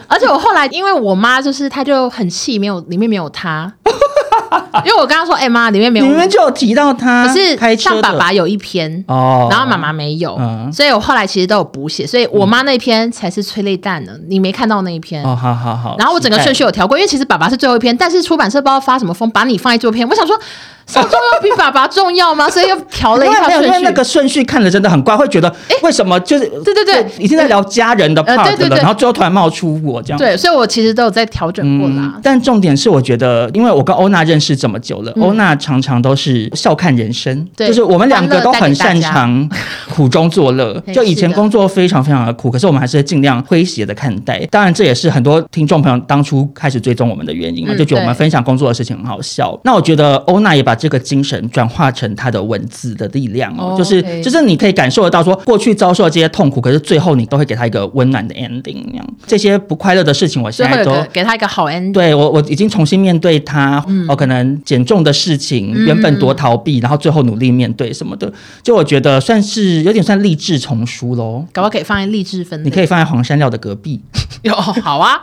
Speaker 1: 而且我后来因为我妈就是她就很气，没有里面没有 她，因为我跟她说，哎、妈，里面没
Speaker 2: 你
Speaker 1: 有
Speaker 2: 们
Speaker 1: 我，
Speaker 2: 就有提到他
Speaker 1: 可
Speaker 2: 开
Speaker 1: 是
Speaker 2: 车
Speaker 1: 像
Speaker 2: 的
Speaker 1: 爸爸有一篇。
Speaker 2: 哦，
Speaker 1: 然后妈妈没有，
Speaker 2: 嗯
Speaker 1: 所以我后来其实都有补写，所以我妈那篇才是催泪弹呢，你没看到那一篇。
Speaker 2: 哦，好好好，
Speaker 1: 然后我整个
Speaker 2: 期待
Speaker 1: 顺序有调过，因为其实爸爸是最后一篇，但是出版社不知道发什么疯，把你放在最后一篇。我想说，少重要比爸爸重要吗？所以又调了一
Speaker 2: 因为
Speaker 1: 下
Speaker 2: 没有，
Speaker 1: 顺
Speaker 2: 因为
Speaker 1: 序。
Speaker 2: 那个顺序看了真的很怪，会觉得为什么就是
Speaker 1: 对对对
Speaker 2: 已经在聊家人的
Speaker 1: 呃
Speaker 2: part 了，
Speaker 1: 对对对
Speaker 2: 然后最后突然冒出我这样。
Speaker 1: 对，所以我其实都有在调整过啦。
Speaker 2: 嗯但重点是，我觉得，因为我跟欧娜认识这么久了，欧娜常常都是笑看人生，
Speaker 1: 嗯对
Speaker 2: 就是我们两个都很擅
Speaker 1: 欢
Speaker 2: 长苦中作乐。
Speaker 1: 对
Speaker 2: 就以前
Speaker 1: 是的
Speaker 2: 工作非常非常的苦，可是我们还是尽量诙谐的看待。当然，这也是很多听众朋友当初开始追踪我们的原因嘛，
Speaker 1: 嗯
Speaker 2: 就觉得我们
Speaker 1: 对
Speaker 2: 分享工作的事情很好笑。那我觉得欧娜也把这个精神转化成她的文字的力量哦，
Speaker 1: 哦
Speaker 2: 就是
Speaker 1: ，OK
Speaker 2: 就是你可以感受得到说，过去遭受的这些痛苦，可是最后你都会给她一个温暖的 ending 那样。这些不快乐的事情，我
Speaker 1: 所
Speaker 2: 现
Speaker 1: 以会
Speaker 2: 在
Speaker 1: 有
Speaker 2: 都
Speaker 1: 个给他一个好 end。
Speaker 2: 对我，我已经重新面对它。
Speaker 1: 嗯
Speaker 2: 哦，可能减重的事情，原本多逃避，然后最后努力面对什么的，就我觉得算是有点算励志丛书喽。
Speaker 1: 搞不好可以放在励志分类。
Speaker 2: 你可以放在黄山料的隔壁。
Speaker 1: 有 好啊。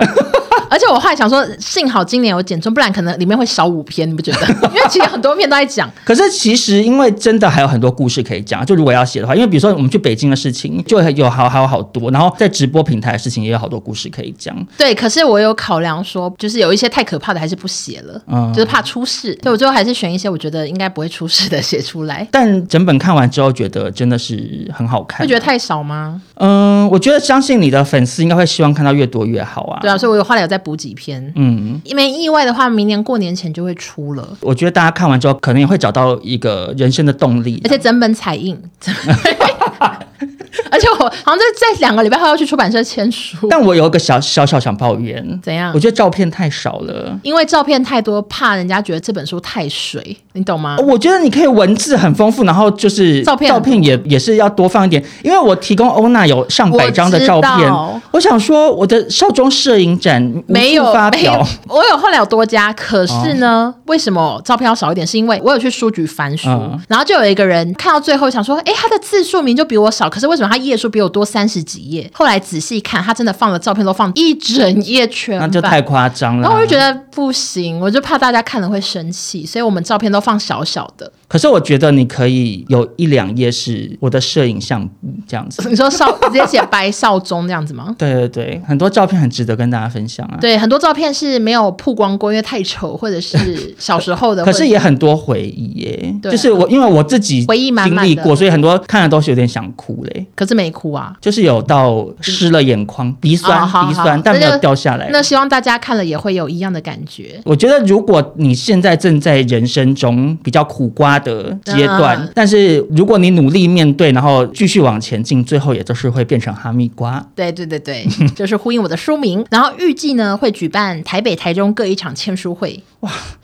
Speaker 1: 而且我后来想说，幸好今年有减重，不然可能里面会少五篇，你不觉得？ 因为其实很多篇都在讲，
Speaker 2: 可是其实，因为真的还有很多故事可以讲。就如果要写的话，因为比如说我们去北京的事情，就有好还有好多，然后在直播平台的事情也有好多故事可以讲。
Speaker 1: 对。可是我有考量说，就是有一些太可怕的还是不写了，
Speaker 2: 嗯
Speaker 1: 就是怕出事，所以我最后还是选一些我觉得应该不会出事的写出来。
Speaker 2: 但整本看完之后，觉得真的是很好看。
Speaker 1: 会觉得太少吗？
Speaker 2: 嗯，我觉得相信你的粉丝应该会希望看到越多越好啊。
Speaker 1: 对啊，所以我有后来有再补几篇。
Speaker 2: 嗯，
Speaker 1: 没意外的话，明年过年前就会出了，
Speaker 2: 我觉得大家看完之后，可能也会找到一个人生的动力
Speaker 1: 而。且整本彩印。 而且我好像在在两个礼拜后要去出版社签书。
Speaker 2: 但我有一个小小小想抱怨，
Speaker 1: 怎样
Speaker 2: 我觉得照片太少了。
Speaker 1: 因为照片太多，怕人家觉得这本书太水，你懂吗？
Speaker 2: 我觉得你可以文字很丰富，然后就是
Speaker 1: 照片
Speaker 2: 照片也也是要多放一点，因为我提供欧娜有上百张的照
Speaker 1: 我知
Speaker 2: 片
Speaker 1: 道，
Speaker 2: 我想说我的少中摄影展无
Speaker 1: 没有
Speaker 2: 处发
Speaker 1: 没有
Speaker 2: 表，， 哦
Speaker 1: 我有后来有多加，可是呢，为什么照片要少一点？是因为我有去书局翻书，
Speaker 2: 嗯
Speaker 1: 然后就有一个人看到最后想说，诶，他的字数名就比我少，可是为什么他页数比我多三十几页？后来仔细看，他真的放了照片都放一整页全
Speaker 2: 那
Speaker 1: 版，
Speaker 2: 就太夸张了。
Speaker 1: 然后我就觉得不行，我就怕大家看了会生气，所以我们照片都放小小的。
Speaker 2: 可是我觉得你可以有一两页是我的摄影相簿这样子。
Speaker 1: 你说少直接写白少中这样子吗？
Speaker 2: 对对对，很多照片很值得跟大家分享啊。
Speaker 1: 对，很多照片是没有曝光过，因为太丑，或者是小时候 的，
Speaker 2: 可是
Speaker 1: 或者
Speaker 2: 也很多回忆耶，
Speaker 1: 对啊
Speaker 2: 就是我因为我自己
Speaker 1: 回忆满
Speaker 2: 经
Speaker 1: 满
Speaker 2: 历
Speaker 1: 的
Speaker 2: 过，所以很多看了都是有点想哭嘞，
Speaker 1: 可是没哭啊。
Speaker 2: 就是有到湿了眼眶，鼻酸、
Speaker 1: 哦好
Speaker 2: 鼻
Speaker 1: 好
Speaker 2: 酸，但
Speaker 1: 那
Speaker 2: 没有
Speaker 1: 就
Speaker 2: 掉下来。
Speaker 1: 那希望大家看了也会有一样的感觉。
Speaker 2: 我觉得，如果你现在正在人生中比较苦瓜的阶段，
Speaker 1: 嗯
Speaker 2: 但是如果你努力面对，然后继续往前进，最后也都是会变成哈密瓜。
Speaker 1: 对对对对， 就是呼应我的书名。然后预计呢会举办台北、台中各一场签书会。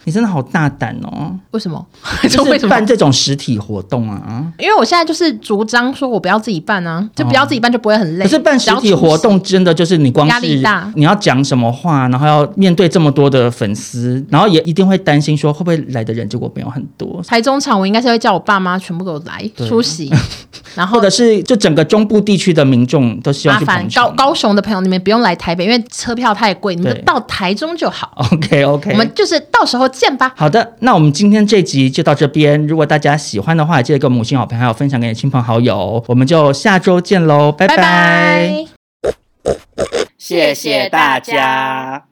Speaker 2: 你真的好大胆哦！
Speaker 1: 为什么？
Speaker 2: 就
Speaker 1: 为
Speaker 2: 是
Speaker 1: 什么
Speaker 2: 办？这种实体活动啊，
Speaker 1: 因为我现在就是主张说，我不要自己办啊，就不要自己办，就不会很
Speaker 2: 哦
Speaker 1: 累。
Speaker 2: 可是办实体活动真的就是你光
Speaker 1: 压力
Speaker 2: 是
Speaker 1: 大
Speaker 2: 你要讲什么话，然后要面对这么多的粉丝，然后也一定会担心说会不会来的人结果没有很多，
Speaker 1: 台中场，我应该是会叫我爸妈全部给我来
Speaker 2: 对
Speaker 1: 出席，然
Speaker 2: 或
Speaker 1: 后
Speaker 2: 者是就整个中部地区的民众都希望
Speaker 1: 麻
Speaker 2: 去
Speaker 1: 烦
Speaker 2: 捧
Speaker 1: 高
Speaker 2: 场。
Speaker 1: 高雄的朋友，你们不用来台北，因为车票太贵，你们
Speaker 2: 对
Speaker 1: 就到台中就好。
Speaker 2: OK OK，
Speaker 1: 我们就是到时候见吧。
Speaker 2: 好的，那我们今天这集就到这边。如果大家喜欢的话，记得给我们五星好评，还有分享给你的亲朋好友。我们就下周见喽，拜
Speaker 1: 拜拜
Speaker 3: 谢谢大家。